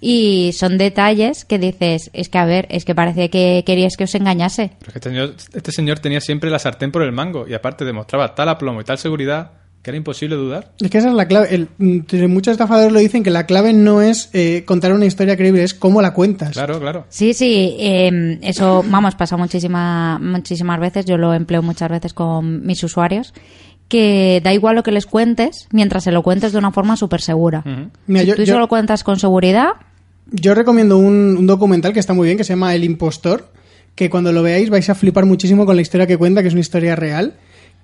S2: Y son detalles que dices, es que a ver, es que parece que querías que os engañase.
S3: *laughs* Pero es que Este señor, este señor tenía siempre la sartén por el mango y aparte demostraba tal aplomo y tal seguridad que era imposible dudar.
S1: Es que esa es la clave. El- entre muchos estafadores lo dicen que la clave no es eh, contar una historia creíble, es cómo la cuentas.
S3: Claro, claro.
S2: Sí, sí, eh, eso, vamos, pasa muchísima, muchísimas veces, yo lo empleo muchas veces con mis usuarios, que da igual lo que les cuentes, mientras se lo cuentes de una forma súper segura.
S3: Ujú.
S1: Mira,
S2: si
S1: yo-
S2: tú
S1: yo-
S2: solo cuentas con seguridad,
S1: Yo recomiendo un, un documental que está muy bien, que se llama El Impostor, que cuando lo veáis vais a flipar muchísimo con la historia que cuenta, que es una historia real,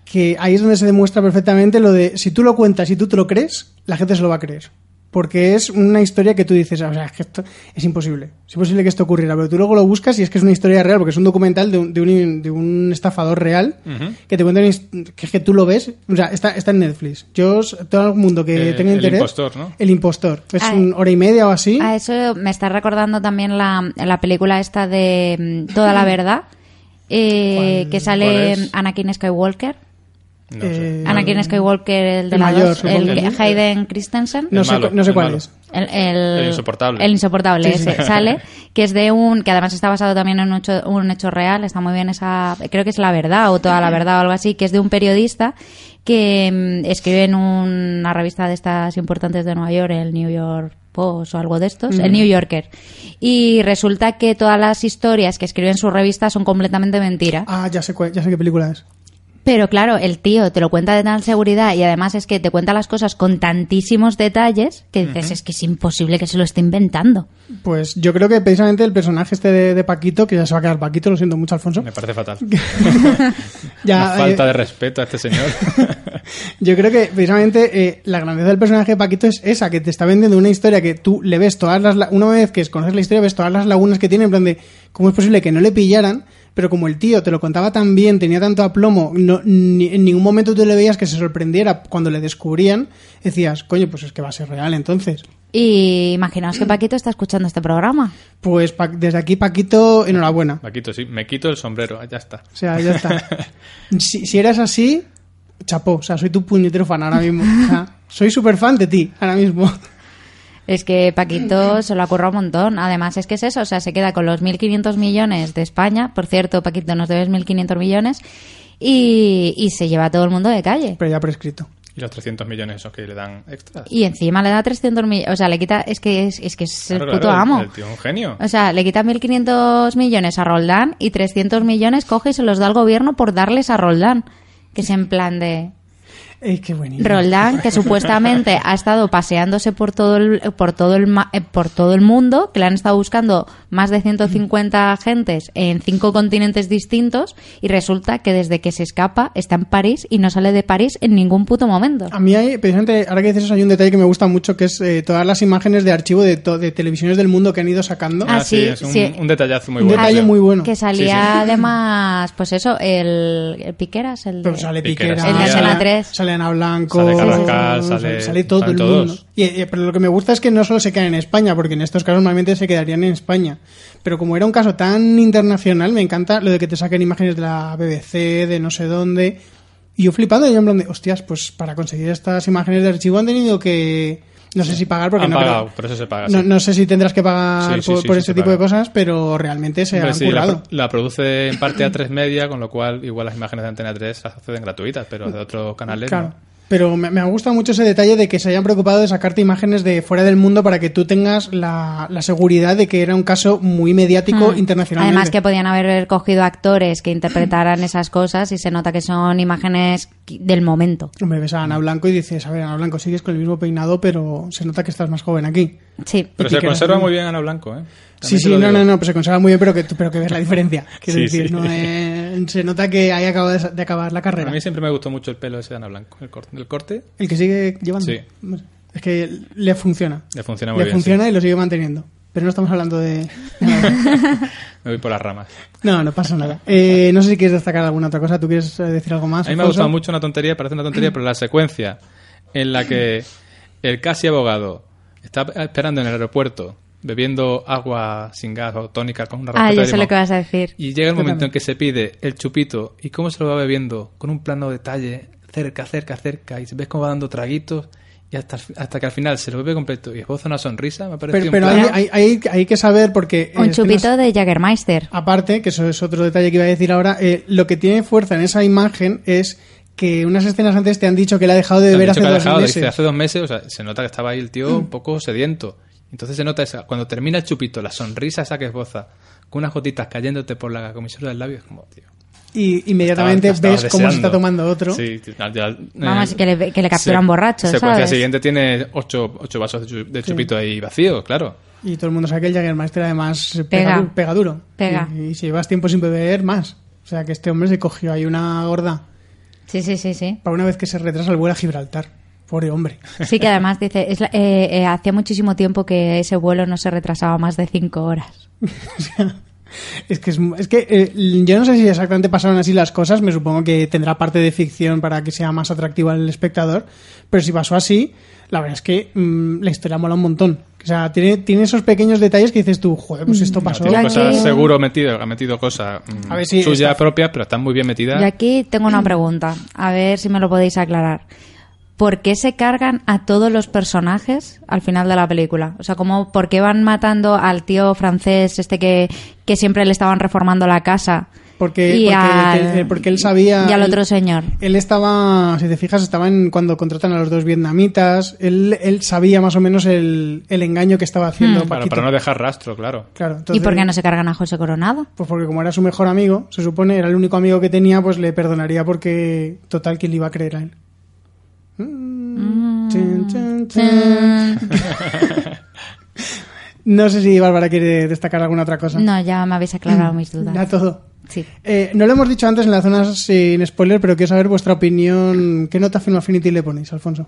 S1: que ahí es donde se demuestra perfectamente lo de si tú lo cuentas y tú te lo crees, la gente se lo va a creer. Porque es una historia que tú dices, "Ah, o sea, es que esto es imposible, es imposible que esto ocurriera, pero tú luego lo buscas y es que es una historia real, porque es un documental de un, de un- de un estafador real
S3: Ujú.
S1: que te cuenta una his- que es que tú lo ves, o sea, está, está en Netflix. Yo, os- todo el mundo que
S3: Eh,
S1: tenga
S3: El
S1: interés...
S3: Impostor, ¿no?
S1: El impostor. Es
S2: Ah,
S1: una hora y media o así.
S2: a eso me está recordando también la, la película esta
S1: *laughs*
S2: de mm, Toda la Verdad, eh,
S1: ¿Cuál-
S2: que
S3: cuál
S2: sale
S3: es?
S2: Anakin Skywalker.
S3: No
S1: Eh,
S2: Anakin Skywalker, el de
S1: El
S2: la
S1: mayor,
S2: dos,
S1: supongo.
S2: el que- Hayden Christensen.
S1: No El sé malo, cu- no sé el cuál malo. es.
S2: El, el-
S3: El insoportable.
S2: El insoportable,
S3: Sí, sí.
S2: ese sale, que es de un. que además está basado también en un hecho, un hecho real, está muy bien esa. creo que es La Verdad o Toda la Verdad o algo así, que es de un periodista que mm, escribe en una revista de estas importantes de Nueva York, el New York Post o algo de estos, el
S10: Ujú.
S2: New Yorker. Y resulta que todas las historias que escribe en su revista son completamente mentiras.
S1: Ah, ya sé, cuál- ya sé qué película es.
S2: Pero claro, el tío te lo cuenta de tal seguridad y además es que te cuenta las cosas con tantísimos detalles que dices,
S1: Ujú.
S2: es que es imposible que se lo esté inventando.
S1: Pues yo creo que precisamente el personaje este de, de Paquito, que ya se va a quedar Paquito, lo siento mucho, Alfonso.
S3: Me parece fatal.
S1: *laughs* Ya,
S3: Una falta
S1: eh,
S3: de respeto a este señor.
S1: *laughs*
S3: *laughs*
S1: Yo creo que precisamente eh, la grandeza del personaje de Paquito es esa, que te está vendiendo una historia que tú le ves todas las... la- Una vez que conoces la historia, ves todas las lagunas que tiene, en plan de cómo es posible que no le pillaran, pero como el tío te lo contaba tan bien, tenía tanto aplomo, no, ni- en ningún momento tú le veías que se sorprendiera cuando le descubrían, decías, coño, pues es que va a ser real entonces.
S2: Y imaginaos que Paquito está escuchando este programa.
S1: Pues Pa- desde aquí, Paquito, enhorabuena.
S3: Me quito, sí, me quito el sombrero, ya está.
S1: O sea, ya *laughs* está. Si, si eras así, chapó, o sea, soy tu puñetero fan ahora mismo. O sea, soy súper fan de ti ahora mismo.
S2: Es que Paquito se lo ha currado un montón. Además, es que es eso, o sea, se queda con los 1.500 millones de España. Por cierto, Paquito, nos debes 1.500 millones. Y, y se lleva a todo el mundo de calle.
S1: *laughs* Pero ya prescrito.
S3: Y los 300 millones esos que le dan extras.
S2: Y encima le da 300 millones. O sea, le quita. Es que es, es que es el
S3: Claro,
S2: puto
S3: claro, el-
S2: amo.
S3: El tío es un genio.
S2: O sea, le quita 1.500 millones a Roldán y 300 millones coge y se los da al gobierno por darles a Roldán. Que es en plan de.
S1: Es que buenísimo.
S2: Roldán, que supuestamente ha estado paseándose por todo el, por todo el, ma- eh, por todo el mundo, que le han estado buscando más de 150 agentes en cinco continentes distintos y resulta que desde que se escapa está en París y no sale de París en ningún puto momento.
S1: A mí hay, precisamente, ahora que dices eso, hay un detalle que me gusta mucho, que es eh, todas las imágenes de archivo de, to- de televisiones del mundo que han ido sacando.
S3: Ah, sí, es un,
S2: sí.
S3: un detallazo muy
S1: Un
S3: bueno.
S1: detalle
S3: tío.
S1: muy bueno.
S2: Que salía
S3: Sí, sí.
S2: además, pues eso, el, el Piqueras, el de-
S1: Pero sale
S3: Piqueras.
S1: Piquera,
S2: El de Antena 3.
S1: sale Ana Blanco,
S3: Sale Carrascal, sale-
S1: todo
S3: salen
S1: el
S3: todos.
S1: mundo. Y, eh, pero lo que me gusta es que no solo se quedan en España, porque en estos casos normalmente se quedarían en España. Pero como era un caso tan internacional, me encanta lo de que te saquen imágenes de la BBC, de no sé dónde. Y yo flipando, yo en plan de, hostias, pues para conseguir estas imágenes de archivo han tenido que... No sé si pagar porque
S3: Han
S1: no creo-
S3: pagado, por eso se paga.
S1: No,
S3: sí.
S1: no sé si tendrás que pagar
S3: Sí, sí,
S1: por,
S3: sí,
S1: por
S3: sí,
S1: este
S3: se
S1: tipo de
S3: paga.
S1: cosas, pero realmente se
S3: Hombre,
S1: han
S3: sí, la,
S1: currado.
S3: pro- la produce en parte a 3 media, con lo cual igual las imágenes de Antena 3 las acceden gratuitas, pero de otros canales
S1: Claro.
S3: no.
S1: Pero me, me ha gustado mucho ese detalle de que se hayan preocupado de sacarte imágenes de fuera del mundo para que tú tengas la, la seguridad de que era un caso muy mediático
S2: Mm.
S1: internacionalmente.
S2: Además que podían haber cogido actores que interpretaran esas cosas y se nota que son imágenes qui- del momento.
S1: Hombre, ves a Ana Blanco y dices, a ver, Ana Blanco, sigues con el mismo peinado, pero se nota que estás más joven aquí.
S2: Sí.
S3: Pero
S1: Y
S3: se
S1: que-
S3: conserva muy bien Ana Blanco, ¿eh?
S1: Sí, sí, no, no, no, pero se conserva muy bien, pero que, tú- pero que ves la diferencia. Quiero
S3: Sí,
S1: decir,
S3: sí.
S1: no es- se nota que ahí acaba de, sa- de acabar la
S3: A
S1: carrera.
S3: mí siempre me gustó mucho el pelo ese de Ana Blanco. El corte, el corte
S1: El que sigue llevando.
S3: Sí.
S1: Es que le funciona.
S3: le funciona muy
S1: le
S3: bien.
S1: funciona y lo sigue manteniendo. Pero no estamos hablando de...
S3: *laughs* sí. Me voy por las ramas.
S1: No, no pasa nada. Eh, no sé si quieres destacar alguna otra cosa. ¿Tú quieres eh, decir algo más?
S3: A mí me ha
S1: Alfonso?
S3: gustado mucho una tontería, parece una tontería, pero la secuencia en la que el casi abogado está esperando en el aeropuerto bebiendo agua sin gas o tónica con una
S2: Ah,
S3: raspeta
S2: yo
S3: de
S2: sé lo
S3: limón.
S2: que vas a decir.
S3: Y llega el momento en
S2: Totalmente.
S3: que se pide el chupito y cómo se lo va bebiendo con un plano detalle, cerca, cerca, cerca, y ves cómo va dando traguitos y hasta, hasta que al final se lo bebe completo y esboza una sonrisa, me ha parecido
S1: Pero,
S3: un
S1: pero hay,
S3: plan-
S1: hay- hay- hay que saber porque... eh,
S2: Un
S1: es que
S2: chupito
S1: no
S2: de Jagermeister.
S1: sé- Aparte, que eso es otro detalle que iba a decir ahora, eh, lo que tiene fuerza en esa imagen es que unas escenas antes te han dicho que la ha dejado de
S3: Me han
S1: beber hace
S3: dicho que ha
S1: dos
S3: dejado,
S1: meses.
S3: dice, hace dos meses, o sea, se nota que estaba ahí el tío un poco sediento. Entonces se nota esa, cuando termina el chupito, la sonrisa esa que esboza, con unas gotitas cayéndote por la comisura del labio, es como, tío.
S1: Y inmediatamente
S3: estaba- estaba
S1: ves cómo se
S3: deseando.
S1: está tomando otro.
S3: Sí, tío, ya- ya,
S2: Vamos,
S3: eh,
S2: que le- que le capturan borracho,
S3: Secuencia
S2: ¿sabes?
S3: siguiente tiene ocho, ocho vasos de, chu- de chupito ahí vacíos, claro.
S1: Y todo el mundo sabe que el Jägermeister además pega,
S2: Pega.
S1: du- pega duro.
S2: Pega.
S1: Y, y si llevas tiempo sin beber, más. O sea que este hombre se cogió ahí una gorda.
S2: Sí, sí, sí,
S1: *laughs*
S2: sí.
S1: Para una vez que se retrasa el vuelo a Gibraltar. Pobre hombre.
S2: Sí que además dice, es la- eh, eh, hacía muchísimo tiempo que ese vuelo no se retrasaba más de cinco horas.
S1: Es que, es, es que eh, yo no sé si exactamente pasaron así las cosas, me supongo que tendrá parte de ficción para que sea más atractiva al espectador, pero si pasó así, la verdad es que mm, la historia mola un montón. O sea, tiene, tiene esos pequeños detalles que dices tú, joder, pues esto pasó.
S3: Mm, Tiene cosas seguro metido, ha metido cosas
S1: A ver si
S3: suyas
S1: esta-
S3: propias, pero están muy bien metidas.
S2: Y aquí tengo una pregunta, a ver si me lo podéis aclarar. ¿Por qué se cargan a todos los personajes al final de la película? O sea, ¿cómo, ¿por qué van matando al tío francés este que, que siempre le estaban reformando la casa?
S1: Porque,
S2: Y
S1: porque,
S2: al-
S1: que- porque él sabía...
S2: y al otro señor.
S1: Él estaba, si te fijas, estaba en cuando contratan a los dos vietnamitas, él, él sabía más o menos el, el engaño que estaba haciendo
S3: Claro, para,
S1: Paquito.
S3: no dejar rastro, claro.
S1: Claro,
S2: Mm. ¿Y
S1: entonces-
S2: por qué no se cargan a José Coronado?
S1: Pues porque como era su mejor amigo, se supone, era el único amigo que tenía, pues le perdonaría porque total quién le iba a creer a él. Mm, chin, chin,
S2: Mm.
S1: chin. no sé si Bárbara quiere destacar alguna otra cosa.
S2: *laughs* No, ya me habéis aclarado mis
S1: Da
S2: dudas.
S1: todo.
S2: Sí.
S1: Eh, no lo hemos dicho antes en la zona sin spoiler, pero quiero saber vuestra opinión. ¿Qué nota Film Affinity le ponéis, Alfonso?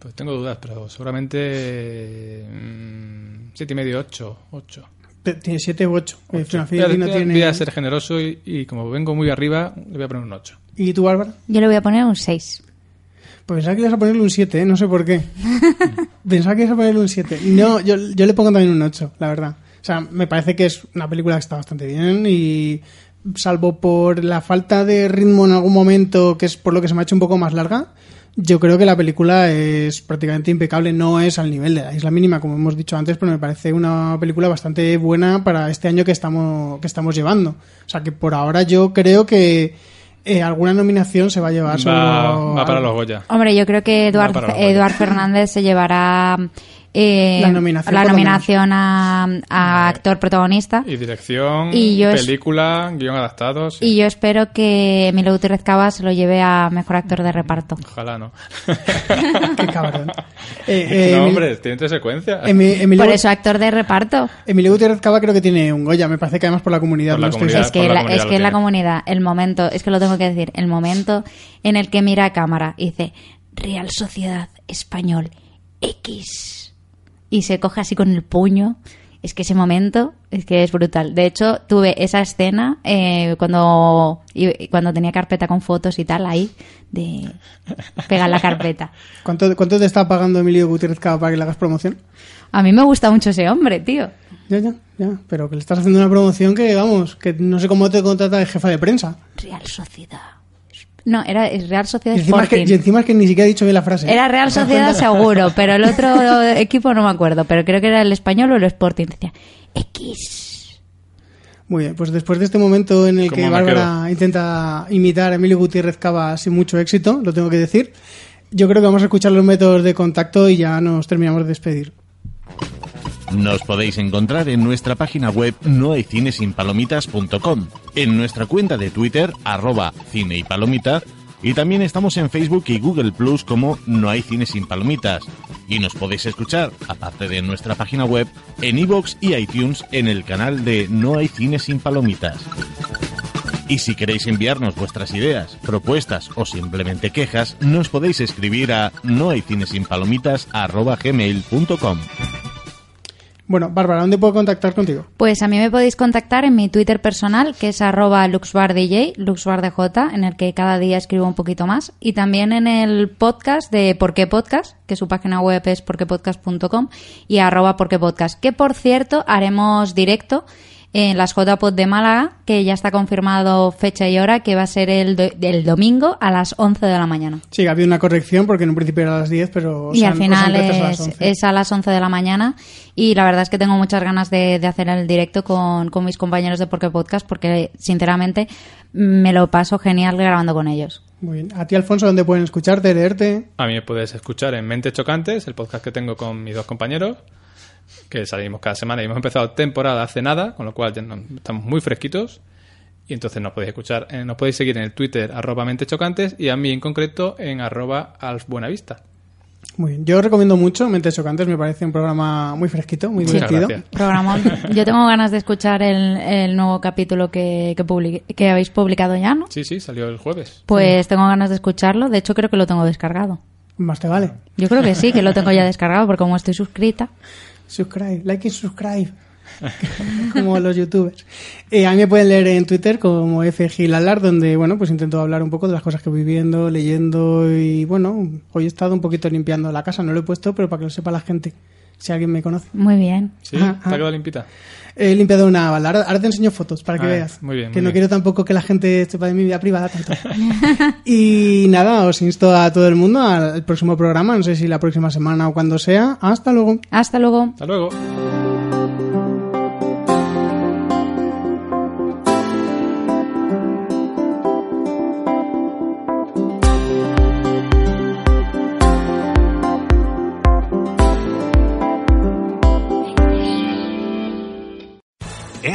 S3: Pues tengo dudas, pero seguramente. mm, Siete y medio, ocho. ocho.
S1: Te- Tiene 7 u 8. Film
S3: Voy a,
S1: Affinity no
S3: voy a- voy a
S1: tiene...
S3: ser generoso y, y como vengo muy arriba, le voy a poner un 8.
S1: ¿Y tú, Bárbara?
S2: Yo le voy a poner un 6.
S1: Pues pensaba que ibas a ponerle un 7, ¿eh? no sé por qué. pensaba que ibas a ponerle un 7. No, yo, yo le pongo también un 8, la verdad. O sea, me parece que es una película que está bastante bien y salvo por la falta de ritmo en algún momento, que es por lo que se me ha hecho un poco más larga, yo creo que la película es prácticamente impecable, no es al nivel de la isla mínima, como hemos dicho antes, pero me parece una película bastante buena para este año que estamos, que estamos llevando. O sea, que por ahora yo creo que eh, alguna nominación se va a llevar.
S3: Va,
S1: seguro
S3: va para
S1: a-
S3: los Goya.
S2: Hombre, yo creo que Eduard,
S3: para la joya.
S2: Eduard Fernández se llevará eh,
S1: La nominación,
S2: la
S1: por lo
S2: nominación a, a actor protagonista.
S3: Y dirección,
S2: Y yo es-
S3: película, guión adaptado. sí.
S2: Y yo espero que Emilio Gutiérrez Cava se lo lleve a mejor actor de reparto.
S3: Ojalá no.
S1: Qué
S3: *laughs*
S1: cabrón. Eh, *laughs* eh,
S3: no,
S1: Emil-
S3: hombre, tiene tres secuencias.
S1: Emi- Emilio,
S2: Por eso, actor de reparto.
S1: Emilio Gutiérrez Cava creo que tiene un Goya, me parece que además por la comunidad.
S3: Por la
S1: ¿no? Estoy-
S3: comunidad.
S2: Es que,
S3: por la
S2: la,
S3: comunidad
S2: es
S3: lo
S2: que en la
S3: tiene.
S2: comunidad, el momento, es que lo tengo que decir, el momento en el que mira a cámara y dice Real Sociedad Español X y se coge así con el puño, es que ese momento es que es brutal. De hecho, tuve esa escena eh, cuando, y- cuando tenía carpeta con fotos y tal ahí, de pegar la carpeta.
S1: ¿Cuánto, cuánto te está pagando Emilio Gutiérrez Cava para que le hagas promoción?
S2: A mí me gusta mucho ese hombre, tío.
S1: Ya, ya, ya. Pero que le estás haciendo una promoción que, vamos, que no sé cómo te contrata de jefa de prensa.
S2: Real Sociedad. No, era es Real
S1: Y
S2: Sociedad
S1: encima, es que,
S2: Sporting.
S1: y encima es que ni siquiera he dicho bien la frase. ¿eh?
S2: Era Real Sociedad seguro, pero el otro equipo no me acuerdo, pero creo que era el español o el Sporting. Decía, X.
S1: Muy bien, pues después de este momento en el
S3: ¿Cómo
S1: que
S3: me
S1: Bárbara intenta imitar a Emilio Gutiérrez Cava sin mucho éxito, lo tengo que decir, yo creo que vamos a escuchar los métodos de contacto y ya nos terminamos de despedir.
S10: Nos podéis encontrar en nuestra página web nohaycinesinpalomitas.com, en nuestra cuenta de Twitter, arroba cine y palomita, y también estamos en Facebook y Google Plus como No hay cine sin palomitas. Y nos podéis escuchar, aparte de en nuestra página web, en iVoox y iTunes en el canal de No hay cine sin palomitas. Y si queréis enviarnos vuestras ideas, propuestas o simplemente quejas, nos podéis escribir a no hay cine sin palomitas
S1: Bueno, Bárbara, ¿dónde puedo contactar contigo?
S2: Pues a mí me podéis contactar en mi Twitter personal, que es arroba luxbardj, luxbardj, en el que cada día escribo un poquito más. Y también en el podcast de Por qué Podcast, que su página web es porquepodcast.com y arroba porquepodcast, que por cierto haremos directo en las JPod de Málaga, que ya está confirmado fecha y hora, que va a ser el, do- el domingo a las 11 de la mañana.
S1: Sí, ha habido una corrección porque en un principio era a las 10, pero
S2: Y
S1: se
S2: al
S1: han- os han
S2: final
S1: retrasado a las
S2: es,
S1: 11.
S2: es a las 11 de la mañana y la verdad es que tengo muchas ganas de, de hacer el directo con, con mis compañeros de Porque Podcast porque sinceramente me lo paso genial grabando con ellos.
S1: Muy bien. A ti, Alfonso, ¿dónde pueden escucharte, leerte?
S3: A mí me puedes escuchar en Mentes Chocantes, el podcast que tengo con mis dos compañeros, que salimos cada semana y hemos empezado temporada hace nada, con lo cual ya no- estamos muy fresquitos. Y entonces nos podéis escuchar, eh, nos podéis seguir en el Twitter, arroba Mentes Chocantes, y a mí en concreto en arroba Alf Buenavista.
S1: Muy bien. Yo recomiendo mucho Mentes Chocantes, me parece un programa muy fresquito, muy
S3: Muchas
S1: divertido.
S3: gracias.
S1: *laughs*
S2: Programón. Yo tengo ganas de escuchar el, el nuevo capítulo que, que, publi- que habéis publicado ya, ¿no?
S3: Sí, sí, salió el jueves.
S2: Pues tengo ganas de escucharlo. De hecho, creo que lo tengo descargado.
S1: Más te vale.
S2: Yo creo que sí, que lo tengo ya descargado porque como estoy suscrita.
S1: Subscribe, *laughs* like y subscribe. como los youtubers. Eh, a mí me pueden leer en Twitter como F. Gil Alar, donde, bueno, pues intento hablar un poco de las cosas que voy viviendo, leyendo y, bueno, hoy he estado un poquito limpiando la casa. No lo he puesto, pero para que lo sepa la gente, si alguien me conoce.
S2: Muy bien.
S3: ¿Sí? ¿Te ha quedado limpita?
S1: He limpiado una bala. Ahora, ahora te enseño fotos para que
S3: Ah,
S1: veas.
S3: muy bien,
S1: Que
S3: muy
S1: no
S3: bien.
S1: quiero tampoco que la gente sepa de mi vida privada tanto. y nada, os insto a todo el mundo al próximo programa, no sé si la próxima semana o cuando sea. Hasta luego.
S2: Hasta luego.
S3: Hasta luego.